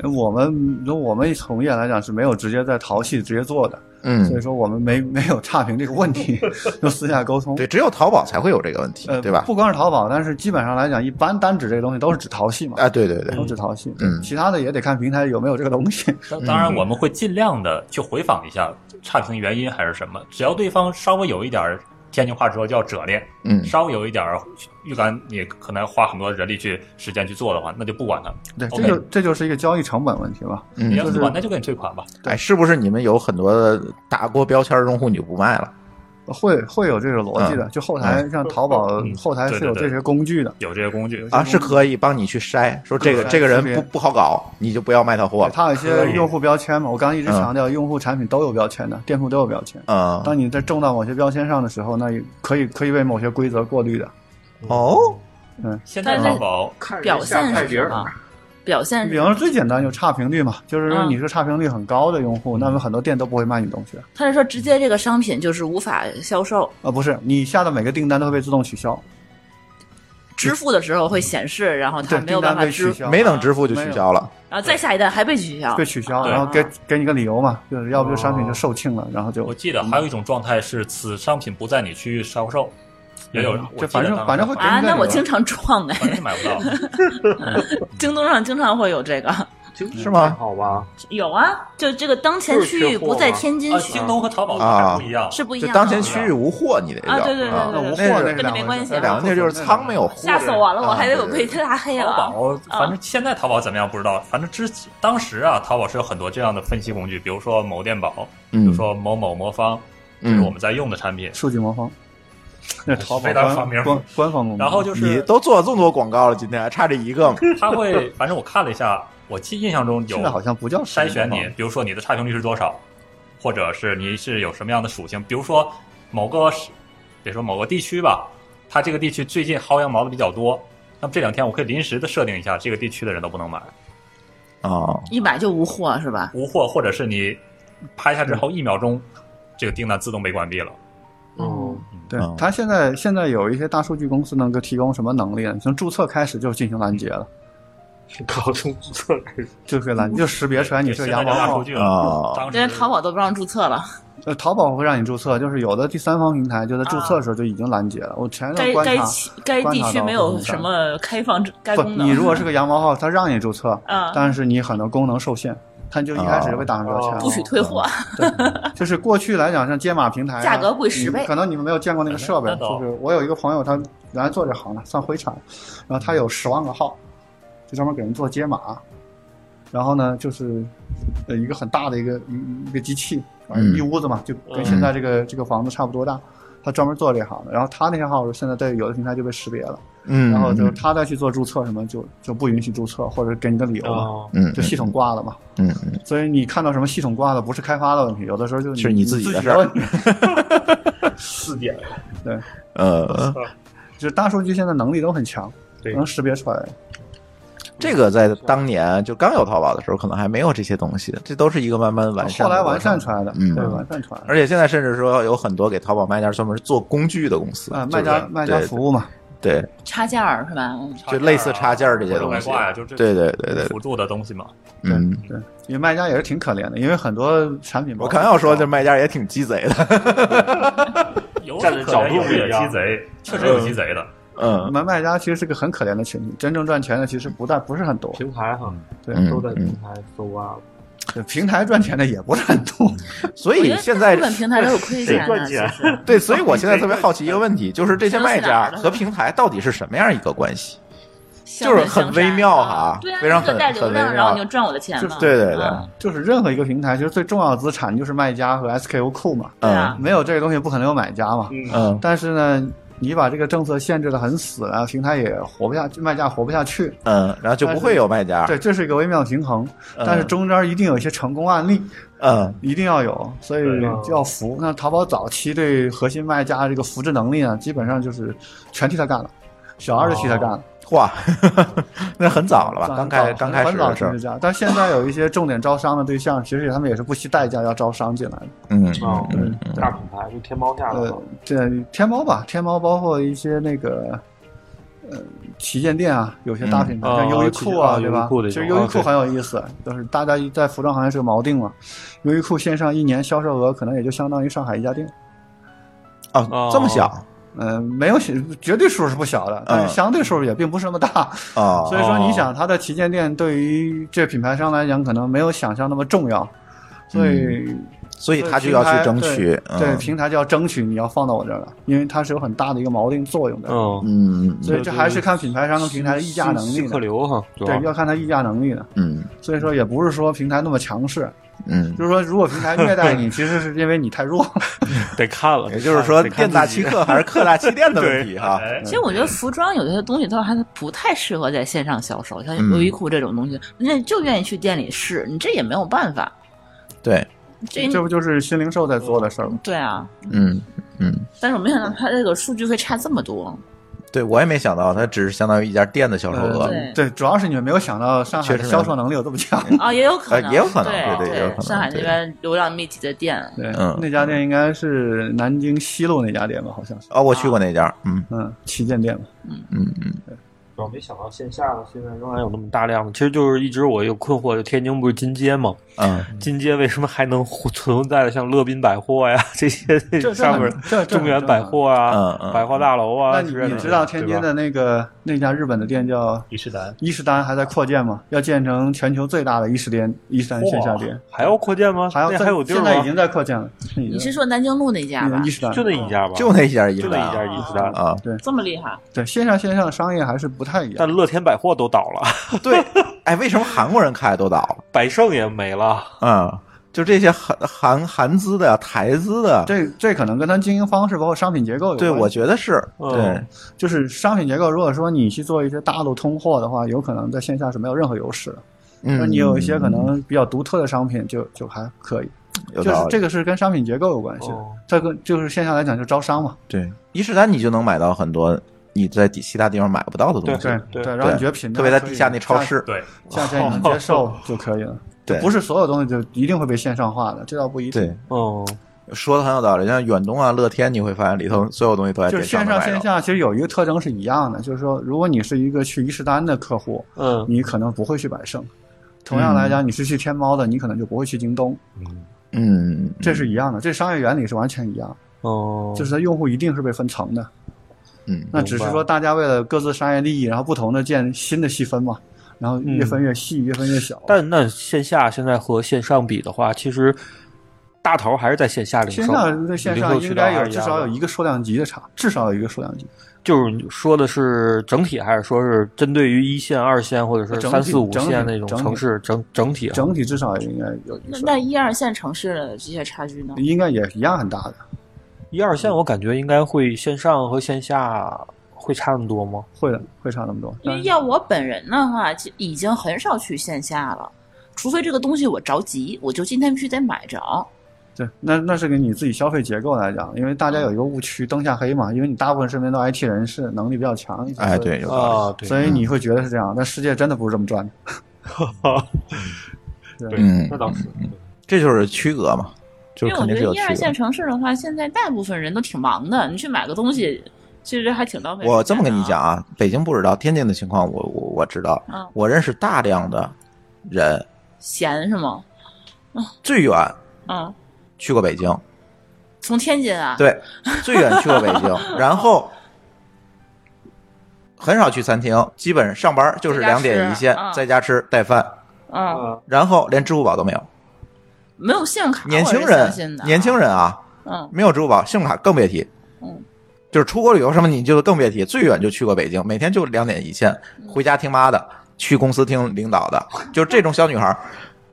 呃我们从我们从业来讲是没有直接在淘系直接做的，所以
嗯，
说我们没 没有差评这个问 题，用私下沟通。
对，只有淘宝才会有这个问题，
呃，
对吧？
不光是淘宝，但是基本上来讲，一般单指这个东西都是指淘系嘛，
啊，对对对，
都指淘系。
嗯
其他的也得看平台有没有这个东西。
当当然，我们会尽量的去回访一下差评原因还是什么。只要对方稍微有一点儿，天津话说叫折裂，
嗯
稍微有一点儿预感，你可能花很多人力去时间去做的话，那就不管他，
对，这
OK
就这就是一个交易成本问题吧。
嗯
你要
就是是
不管，那就给你退款吧。
哎，是不是你们有很多的打过标签儿用户你就不卖了？
会会有这种逻辑
嗯
的，就后台像淘宝
嗯
后台
对
是
对
有这
对
些工具的，
有这些工具，
啊，是可以帮你去筛，说这个
对
这个人
识别
不不好搞，你就不要卖他货
对
了。
它有一些用户标签嘛，我刚刚一直
嗯
强调，用户产品都有标签的，店铺都有标签。
嗯，
当你在中到某些标签上的时候，那也可以可以被某些规则过滤的。
哦，
现在
但是
淘宝
表现是什么？表现
嗯
比
是什
方
么
说最简单就差评率嘛，就是说
嗯
你是差评率很高的用户，那
嗯
么很多店都不会卖你东西的
他是说直接这个商品就是无法销售，
啊，不是你下的每个订单都会被自动取消，
支付的时候会显示，然后他
对，
没有
订
办
单
法
被
支
取
付，
消，
没等支付就取消了。
然后再下一单还被取消啊
被。取消，
对
然后给给你个理由嘛，就是要不就商品就售罄
哦
了，然后就
我记得还有一种状态是此商品不在你区域销售，也有，我
嗯就
记
反正
得当时
反正会
啊，
给你
那
个
我
理由
经常撞哎，
反正是买不到。
京东上经常会有这个，
是吗
嗯
好吧，
有啊，就这个当前区域不在天津
啊，
区
京，东和淘宝
啊
还不一样，
是不一
就
样的。
当前区域无货，你得叫
啊对对对
啊
对
那无货
那是
那
跟你没关系
那
啊
两个那就是仓没有货。
吓死我了，我还以为我
啊对
被
对
他拉黑
淘
了。
宝，反正现在淘宝怎么样不知道，反正之当时啊，淘宝是有很多这样的分析工具，比如说某电宝，比
嗯
如说某某魔方，这是我们在用的产品。
数据魔方，那是淘宝
非常发
官
明
官官方公布。
然后就
你
是
都做了这么多广告了，今天还差这一个吗？
他会，反正我看了一下，我记印象中有
现在好像不叫
筛选
官
你
方，
比如说你的差评率是多少，或者是你是有什么样的属性，比如说某个是，比如说某个地区吧，它这个地区最近薅羊毛的比较多，那么这两天我可以临时的设定一下，这个地区的人都不能买
啊，
一买就无货是吧？
无货，或者是你拍下之后一秒钟，这个订单自动被关闭了。
嗯，
对
嗯
他现在现在有一些大数据公司能够提供什么能力呢？从注册开始就进行拦截了，
搞从注册开始，
就可以拦，就识别出来你
这
是
现在
羊
叫
毛
大
号
数。据
哦
了，
嗯
当
连
时
淘宝都不让注册了，
呃，淘宝会让你注册，就是有的第三方平台就在注册的时候就已经拦截了。我前一段
该
观
该
察，
区该地区没有什么开放该
不，
功能。
你如果是个羊毛号，它让你注册，
啊，
但是你很多功能受限，它就一开始就被打上标签了。
哦
不许退货，
嗯
对，就是过去来讲，像街马平台啊、
价格贵10
你
倍
可能你们没有见过那个设备
那，倒
就是我有一个朋友，他原来做这行的，算灰产，然后他有十万个号，就专门给人做街马，然后呢，就是呃一个很大的一个一一个机器，反正
嗯
一屋子嘛，就跟现在这个、这个房子差不多大。他专门做这行的，然后他那些号现在在有的平台就被识别了，
嗯，
然后就是他再去做注册什么就就不允许注册，或者给你个理由嘛，
哦，
嗯，
就系统挂了嘛。
嗯，嗯嗯
所以你看到什么系统挂了，不是开发的问题，有的时候就是
是你自己的事儿
问题。
四点，
呃，
就是大数据现在能力都很强，
对
能识别出来。
这个在当年就刚有淘宝的时候，可能还没有这些东西，这都是一个慢慢完善
后
的过程。
来完善出来的，
嗯
对，完善出来的。
而且现在甚至说有很多给淘宝卖家专门做工具的公司，
啊，
就
卖
是
家卖家
对
服务嘛，
对，
差价儿是吧？
插
就
件儿啊
类似插件儿这些
或者
东西
外挂呀，就这
对对对对，
辅助的东西嘛。
嗯，
对，因为卖家也是挺可怜的，因为很多产品包
我刚要说这卖家也挺鸡贼的，
有
站的
可能
角度不
有
一
也
样
鸡贼，确实有鸡贼的。
嗯
卖卖家其实是个很可怜的群体，真正赚钱的其实不但不是很多，
平台哈，
对，
嗯
都在平台搜啊，
对平台赚钱的也不是很多。
嗯所
我觉
以
得
现在
日本平台都有亏
谁
钱
赚
的，
钱
其实
对，所以我现在特别好奇一个问题，就是这些卖家
都是哪儿的
和平台到底是什么样一个关系？
相
就是
得
很
相
微
杀
妙
啊
哈
对啊，
非常
你可
很
带流
很微
量，然后你
妙
就赚我的钱
就
嘛。
对对对
啊
就是任何一个平台，其实最重要的资产就是卖家和 SKU 库嘛，
对啊
嗯
没有这个东西不可能有买家嘛。
嗯，
嗯
但是呢，你把这个政策限制的很死啊了，平台也活不下，去，卖价活不下去。
嗯，然后就不会有卖家，
对，这是一个微妙的平衡，
嗯
但是中间一定有一些成功案例，
嗯
一定要有，所以就要扶。那淘宝早期对核心卖家这个扶持能力呢，基本上就是全替他干了，小二就替他干了，
哇，那很早哦了吧？
算
刚开
很早
刚开始
很早
的
替
时候
他，干。但现在有一些重点招商的对象，其实他们也是不惜代价要招商进来的。
嗯
哦
嗯嗯
对
大品牌就天猫下的
呃，这天猫吧，天猫包括一些那个呃旗舰店啊，有些大品牌、
嗯
像优衣库啊，
哦
对
优
吧
衣？库这
其
种
实优衣库
啊对
很有意思，就是大家在服装行业是个锚定嘛。优衣库线上一年销售额可能也就相当于上海一家店，
啊，这么小
嗯、没有绝对数是不小
嗯
的，但是相对数也并不是那么 大。
啊，
所以说，你想它的旗舰店对于这品牌商来讲，可能没有想象那么重要，所以
嗯
所以他就要去争取，
对
嗯
平台就要争取你要放到我这儿来，因为它是有很大的一个锚定作用的。
嗯，
嗯嗯
所以这还是看品牌商跟平台的议价能
新
力
客
的，
流哈，主要
对，要看它议价能力的。
嗯
所以说也不是说平台那么强势，
嗯
就是说如果平台虐待 你，其实是因为你太弱。
得看了，
也就是说，
得看
店大
自己
欺 客还是客大欺店的问题哈。
哎
其实我觉得服装有些东西都还不太适合在线上销售，像
嗯
优衣库这种东西，人家就愿意去店里试，你这也没有办法。
对，
这
这不就是新零售在做的事儿吗？
对啊，
嗯嗯，
但是我没想到它这个数据会差这么多。
对我也没想到，它只是相当于一家店的销售
呃
额。
对
对，主要是你们没有想到上海
确
的
实没有
销售能力有这么强。
嗯
啊，也有可能，
呃也有可能
对
对对也有可能
上海那
对
边流量密集的店，
对
嗯，
那家店应该是南京西路那家店吧？好像是，
哦，我去过那家，嗯
嗯，旗舰店吧。
嗯嗯，
主要没想到线下的现在仍然有那么大量的，其实就是一直我有困惑，就天津不是金街嘛，
嗯，
金街为什么还能存在的像乐宾百货呀这些
这这
上
很
面
这这
中
很
原
正
百
常
货啊、
嗯嗯
百货大楼啊
那
之
你
类的，
你知道天津
对吧
的那个那家日本的店叫
伊势丹
伊势丹还在扩建嘛？要建成全球最大的伊势店伊势丹线下店，
还要扩建吗？
还要
那
在
还有地儿
现在已
吗？
经在扩建了。你
你是说南京路那家吧
伊？势丹
就那一家吧，
就那一家衣
就
服
那一家
啊
伊势丹。
啊，
这么厉害？
对线上线上商业还是不太一样。
但乐天百货都倒了，
对，哎，为什么韩国人开的都倒了？
百盛也没了，
嗯，就这些韩韩韩资的、台资的，
这这可能跟它经营方式包括商品结构有关。
对，我觉得是
嗯
对，
就是商品结构，如果说你去做一些大陆通货的话，有可能在线下是没有任何优势的。那
嗯，
你有一些可能比较独特的商品就，就还可以。
有
就是
道理，
这个是跟商品结构有关系的
哦，
它跟就是线下来讲就招商嘛。
对，伊势丹你就能买到很多你在底其他地方买不到的东西，
对
对
对，然后你觉得品质
特别在地下那超市，
对，
价价钱你能接 受就可以了。就
对
不是所有东西就一定会被线上化的，这倒不一定。
对，
哦，
说的很有道理。像远东啊、乐天，你会发现里头所有东西
呃
都在
就
电
是线
能
上
买
线
到。
下其实有一个特征是一样的，就是说，如果你是一个去伊势丹的客户，
嗯，
你可能不会去百盛；同样来讲，你是去天猫的，你可能就不会去京东，
嗯，
嗯，
这是一样的。这商业原理是完全一样，
哦，
就是它用户一定是被分层的。
嗯
那只是说大家为了各自商业利益，然后不同的建新的细分嘛，然后越分越细，越分越小。
嗯但那线下现在和线上比的话，其实大头还是在线下零售，
线上跟线上
零售
应
渠道
该有
还是
至
样
少
的
有一个数量级的差，至少有一个数量级。
就是你说的是整体，还是说是针对于一线、二线或者是
整体
三四五
整体
线那种城市整整体啊？
整体至少也应该有一个
那
数
那
量级，
一二线城市的这些差距呢？
嗯
应该也一样很大的。
一二线我感觉应该会线上和线下会差那么多吗？
会的，会差那么多。
因为要我本人的话，就已经很少去线下了，除非这个东西我着急，我就今天必须得买着。
对，那那是给你自己消费结构来讲，因为大家有一个误区，灯下黑嘛，因为你大部分身边都 IT 人士，能力比较强一些，
哎，对，有道理。
啊，对，
所以你会觉得是这样，但世界真的不是这么转的。
对
嗯
那倒是，
这就是区隔嘛，就
因
是
为我
肯定
觉
是
得
有
一
区
二线
隔。
城市的话，现在大部分人都挺忙的，你去买个东西，其实还挺浪费。
我这么跟你讲，啊，北京不知道，天津的情况我我我知道
嗯，
我认识大量的人，
闲是吗？
最远
嗯，
去过北京，
啊从天津啊，，
对，最远去过北 京，然后很少去餐厅，基本上班就是
在家
两点
吃
一线
嗯，
在家吃带饭，
嗯，
嗯
然后连支付宝都没有。
没有信用卡，
年轻
我是相信
人
的，
年轻，人啊，
嗯，
没有支付宝，信用卡更别提。
嗯，
就是出国旅游什么，你就更别提。最远就去过北京，每天就两点一线，
嗯
回家听妈的，去公司听领导 的，就是这种小女孩儿，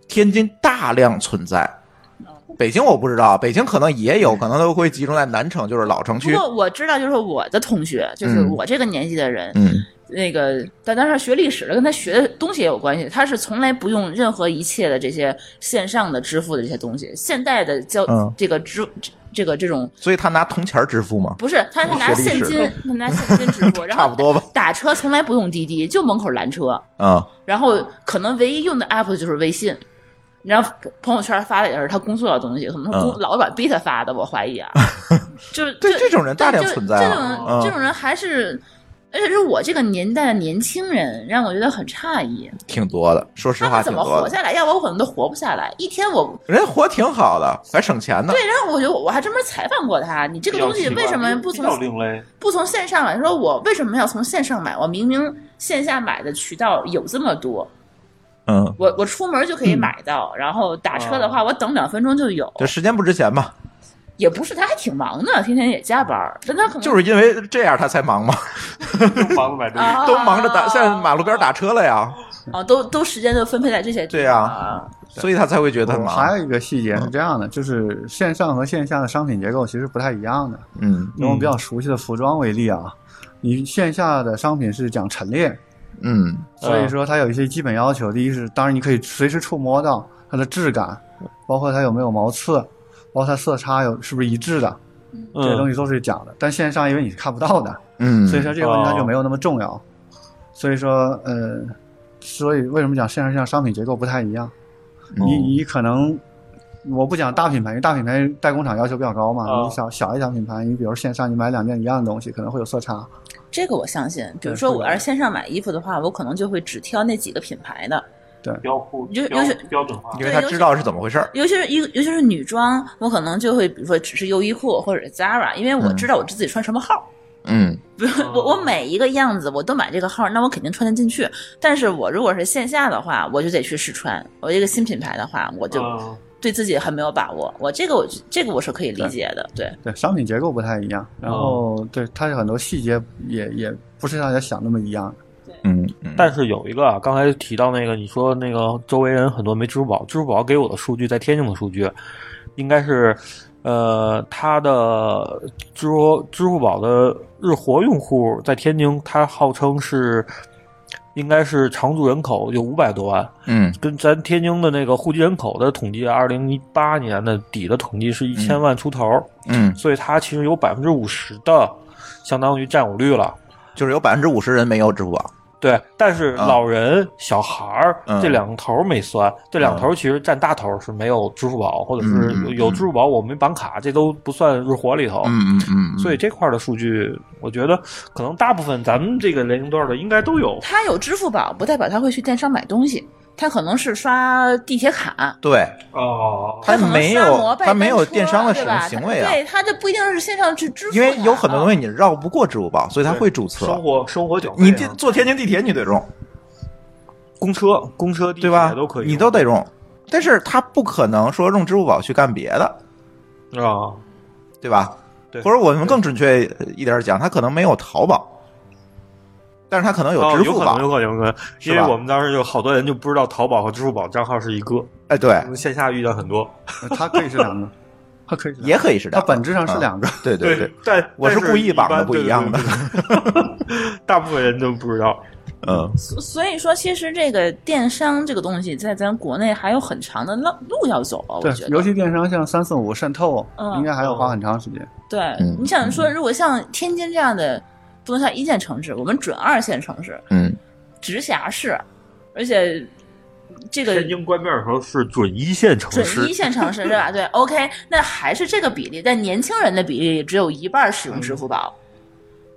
天津大量存在。
哦
北京我不知道，北京可能也有，可能都会集中在南城，就是老城
嗯不
区。
过我知道，就是我的同学，就是
嗯
我这个年纪的人，
嗯，
那个，但当时学历史的跟他学的东西也有关系。他是从来不用任何一切的这些线上的支付的这些东西，现代的交、
嗯
这个支这这个这种
所以他拿铜钱儿支付嘛。
不是，他他拿
学历
现
史
金，他拿现金支付，然后
差不多吧
打车从来不用滴滴，就门口拦车，
嗯，
然后可能唯一用的 app 就是微信。然后朋友圈发的也是他工作的东西，可能是工、
嗯
老板逼他发的，我怀疑 啊。就是
对
就
这种人大量
对就
存在啊
这种、
嗯
这种人还是，而且是我这个年代的年轻人，让我觉得很诧异，
挺多的，说实
他
话
们
挺
怎么
多
活
的。
下来？要我我可能都活不下来。一天我
人家活挺好的，还省钱呢。
对，然后我就我还专门采访过他，你这个东西为什么不从
另类？
不从线上买，说我为什么要从线上买？我明明线下买的渠道有这么多，
嗯，哦
我我出门就可以买到，然后打车的话，我等两分钟就有。
就时间不值钱嘛，
也不是，他还挺忙的，天天也加班儿，但他可能
就是因为这样他才忙嘛，
忙着买东
啊
都忙着打，现在马路边打车了呀，
啊，都都时间都分配在这些地
对啊呀
方。啊
所以他才会觉得他
我
忙。
还有一个细
嗯
节是这样的，就是线上和线下的商品结构其实不太一样的。
嗯
以我们比较熟悉的服装为例啊，你线下的商品是讲陈列，
嗯
所以说它有一些基本要求。第一是，当然你可以随时触摸到它的质感，包括它有没有毛刺，包括它色差有是不是一致的，这些东
嗯，
西都是讲的。但线上因为你是看不到的，
嗯，
所以说这个问题它
哦
就没有那么重要。所以说，呃，所以为什么讲线上线下商品结构不太一样？
哦
你你可能。我不讲大品牌，因为大品牌代工厂要求比较高嘛。
哦
你小小一小品牌，你比如线上你买两件一样的东西，可能会有色差。
这个我相信。比
对
如说，
会
我
有
要是线上买衣服的话，我可能就会只挑那几个品牌的。
标库
就标就是
标准化
因为他知道是怎么回事儿。
尤其是尤尤其是女装，我可能就会比如说只是优衣库或者是 Zara，因为我
嗯
知道我自己穿什么号。
嗯
不是我我每一个样子我都买这个号，那我肯定穿得进去。但是我如果是线下的话，我就得去试穿。我这个新品牌的话，我就
嗯
对自己很没有把握。我这个我这个我是可以理解的，对。
对，商品结
哦
构不太一样，然后、对它有很多细节也也不是大家想那么一样。
嗯嗯，
但是有一个啊，刚才提到那个，你说那个周围人很多没支付宝，支付宝给我的数据在天津的数据，应该是，呃，它的支付支付宝的日活用户在天津，它号称是应该是常住人口有五百多万，
嗯
跟咱天津的那个户籍人口的统计，二零一八年的底的统计是一千万出头，
嗯，
所以它其实有百分之五十的相当于占有率了。
就是有百分之五十人没有支付宝，
对，但是
啊
老人、小孩儿、
嗯
这两头儿没算，这两头儿其实占大头儿是没有支付宝，或者是
嗯嗯
有
嗯
支付宝我没绑卡，这都不算日活里头。
嗯嗯嗯，
所以
以
这块儿的数据，我觉得可能大部分咱们这个年龄段的应该都有。
他有支付宝，不代表他会去电商买东西，他可能是刷地铁卡，
对
哦
他
可能
没
刷
有
摩拜
他没有
单车
电商的使用
对吧
行为啊
对他这不一定是线上去支付的，啊
因为有很多东
西
西你绕不过支付宝，所以他会注册
生。活生活缴费啊，
你这坐天津地铁你得用，
公车、公车、地
对
铁
吧？
都可以用，
你都得用，但是他不可能说用支付宝去干别的，
啊。
对吧？
对
或者我们更准确一点讲，他可能没有淘宝，但是他可能
哦
支付宝。
有可能，有可能，有可能，
是
因为
吧
我们当时有好多人就不知道淘宝和支付宝账号是一个，
哎，对
我，们线下遇到很多。
它可以是 两个，它可以是两个
也可以是这
它
样。
本质
啊
上是两个。
对对对，，
但
我是
但是
故意绑的
般
不一样的。
对对对对 大部分人都不知道。
嗯，
所所以说，其实这个电商这个东西在咱国内还有很长的路路要走啊，我
对
觉，得。
尤其电商像三四五渗透，
嗯
应该还要花很长时间。
对，
嗯
你想说，如果像天津这样的，不能算一线城市，我们准二线城市、
嗯，
直辖市，而且这个
天津关面的时候是准一线城
准
市
一，线城市对 吧？对，OK，那还是这个比例，但年轻人的比例只有一半使用
嗯
支付宝，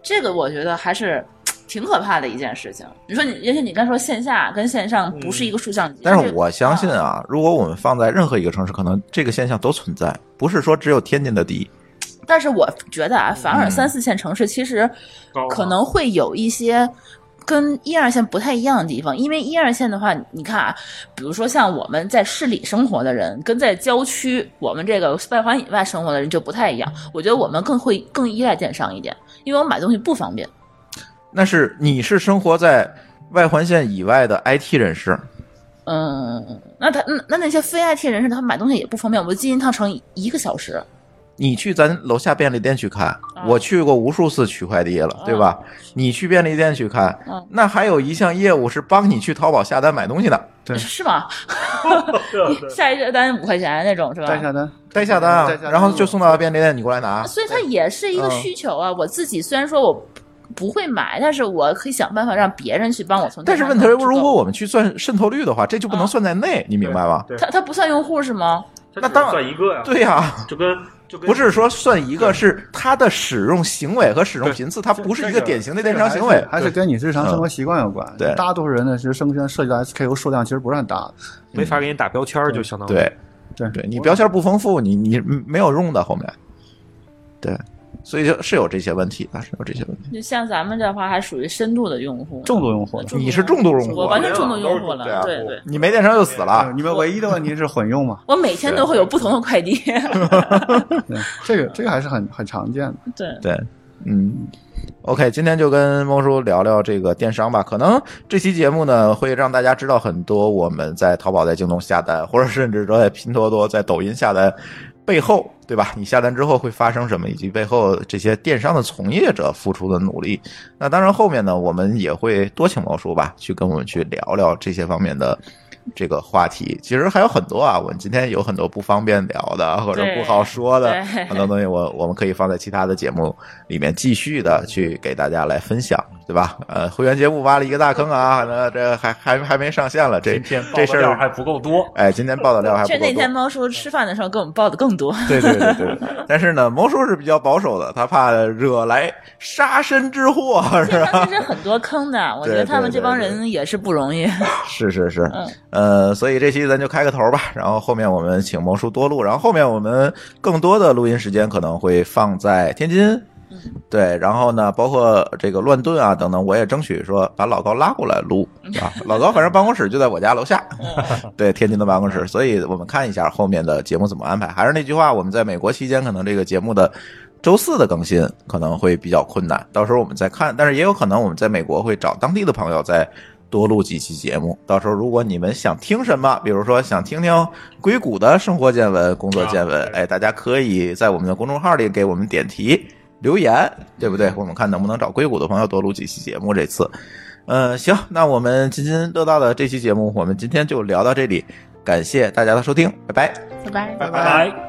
这个我觉得还是。挺可怕的一件事情。你说你，也许你刚说线下跟线上不是一个竖向机，
嗯但
这
是
个
我相信啊，如果我们放在任何一个城市，可能这个现象都存在，不是说只有天津的低。
但是我觉得啊，反而
嗯
三四线城市其实
高啊
可能会有一些跟一二线不太一样的地方，因为一二线的话，你看啊，比如说像我们在市里生活的人，跟在郊区我们这个外环以外生活的人就不太一样。我觉得我们更会更依赖电商一点，因为我买东西不方便。
那是你是生活在外环线以外的 IT 人士，
嗯，那他那那那些非 IT 人士，他买东西也不方便。我进一趟城一个小时，
你去咱楼下便利店去看，
啊
我去过无数次取快递了，对吧？你去便利店去看
嗯，
那还有一项业务是帮你去淘宝下单买东西的，
对
是吗？
对啊对啊
下一个单五块钱那种是吧？
带下单，
代下单啊
代下，单
然后就送到便利店，你过来拿。
所以它也是一个
嗯
需求啊。我自己虽然说我不不会买，但是我可以想办法让别人去帮我从。
但是问题是，如果我们去算渗透率的话，这就不
啊
能算在内，你明白吗？
对
它它不算用户是吗？
它
那
只
当然
算一个呀，
对呀、
就跟就跟
不是说算一个，是它的使用行为和使用频次，它不是一个典型的电商行为。嗯
还是跟你日常生活习惯有关。
对
大多数人呢，其实生鲜涉及到 SKU 数量其实不是很大。
没法给你打标签儿，就相当于
对，
对
对你标签不丰富，你你没有用的后面，对，所以就是有这些问题的，是有这些问题。
就像咱们这话还属于深度的用户，
重度用户，
你是重度用户啊
我完全重度用户
对啊
了，对对。
你没电商就死
啊，
了，
你们唯一的问题是混用嘛？
我每天都会有不同 的快递，
对，这个这个还是很很常见的。
对，
对，嗯。OK，今天就跟猫叔聊聊这个电商吧。可能这期节目呢，会让大家知道很多我们在淘宝、在京东下单，或者甚至说在拼多多、在抖音下单背后，对吧？你下单之后会发生什么，以及背后这些电商的从业者付出的努力。那当然，后面呢，我们也会多请猫叔吧，去跟我们去聊聊这些方面的这个话题。其实还有很多啊，我们今天有很多不方便聊的，或者不好说的
对对
很多东西我，我们可以放在其他的节目里面继续的去给大家来分享，对吧？呃，会员节目挖了一个大坑啊，那这还还还没上线了，这
今天
这事
爆的料
儿。
还不够多，
哎，今天报的料还不
其实
够
那
多
天。猫叔吃饭的时候给我们报的更 多，
对对对对，对但是呢，魔术是比较保守的，他怕惹来杀身之祸，是
电
吧？
商其实很多坑的，我觉
对
得
对
他们这帮
对对
人也是不容 易。
是是是
嗯，
呃，所以这期咱就开个头吧，然后后面我们请魔术多录，然后后面我们更多的录音时间可能会放在天津。对，然后呢，包括这个乱炖啊等等，我也争取说把老高拉过来录啊。老高反正办公室就在我家楼下，对，天津的办公室，所以我们看一下后面的节目怎么安排。还是那句话，我们在美国期间，可能这个节目的周四的更新可能会比较困难，到时候我们再看。但是也有可能我们在美国会找当地的朋友再多录几期节目。到时候如果你们想听什么，比如说想听听硅谷的生活见闻、工作见闻，
啊对
哎，大家可以在我们的公众号里给我们点题留言，对不对？我们看能不能找硅谷的朋友多录几期节目。这次，嗯，行，那我们津津乐道的这期节目，我们今天就聊到这里，感谢大家的收听，拜拜。
拜拜。
拜拜。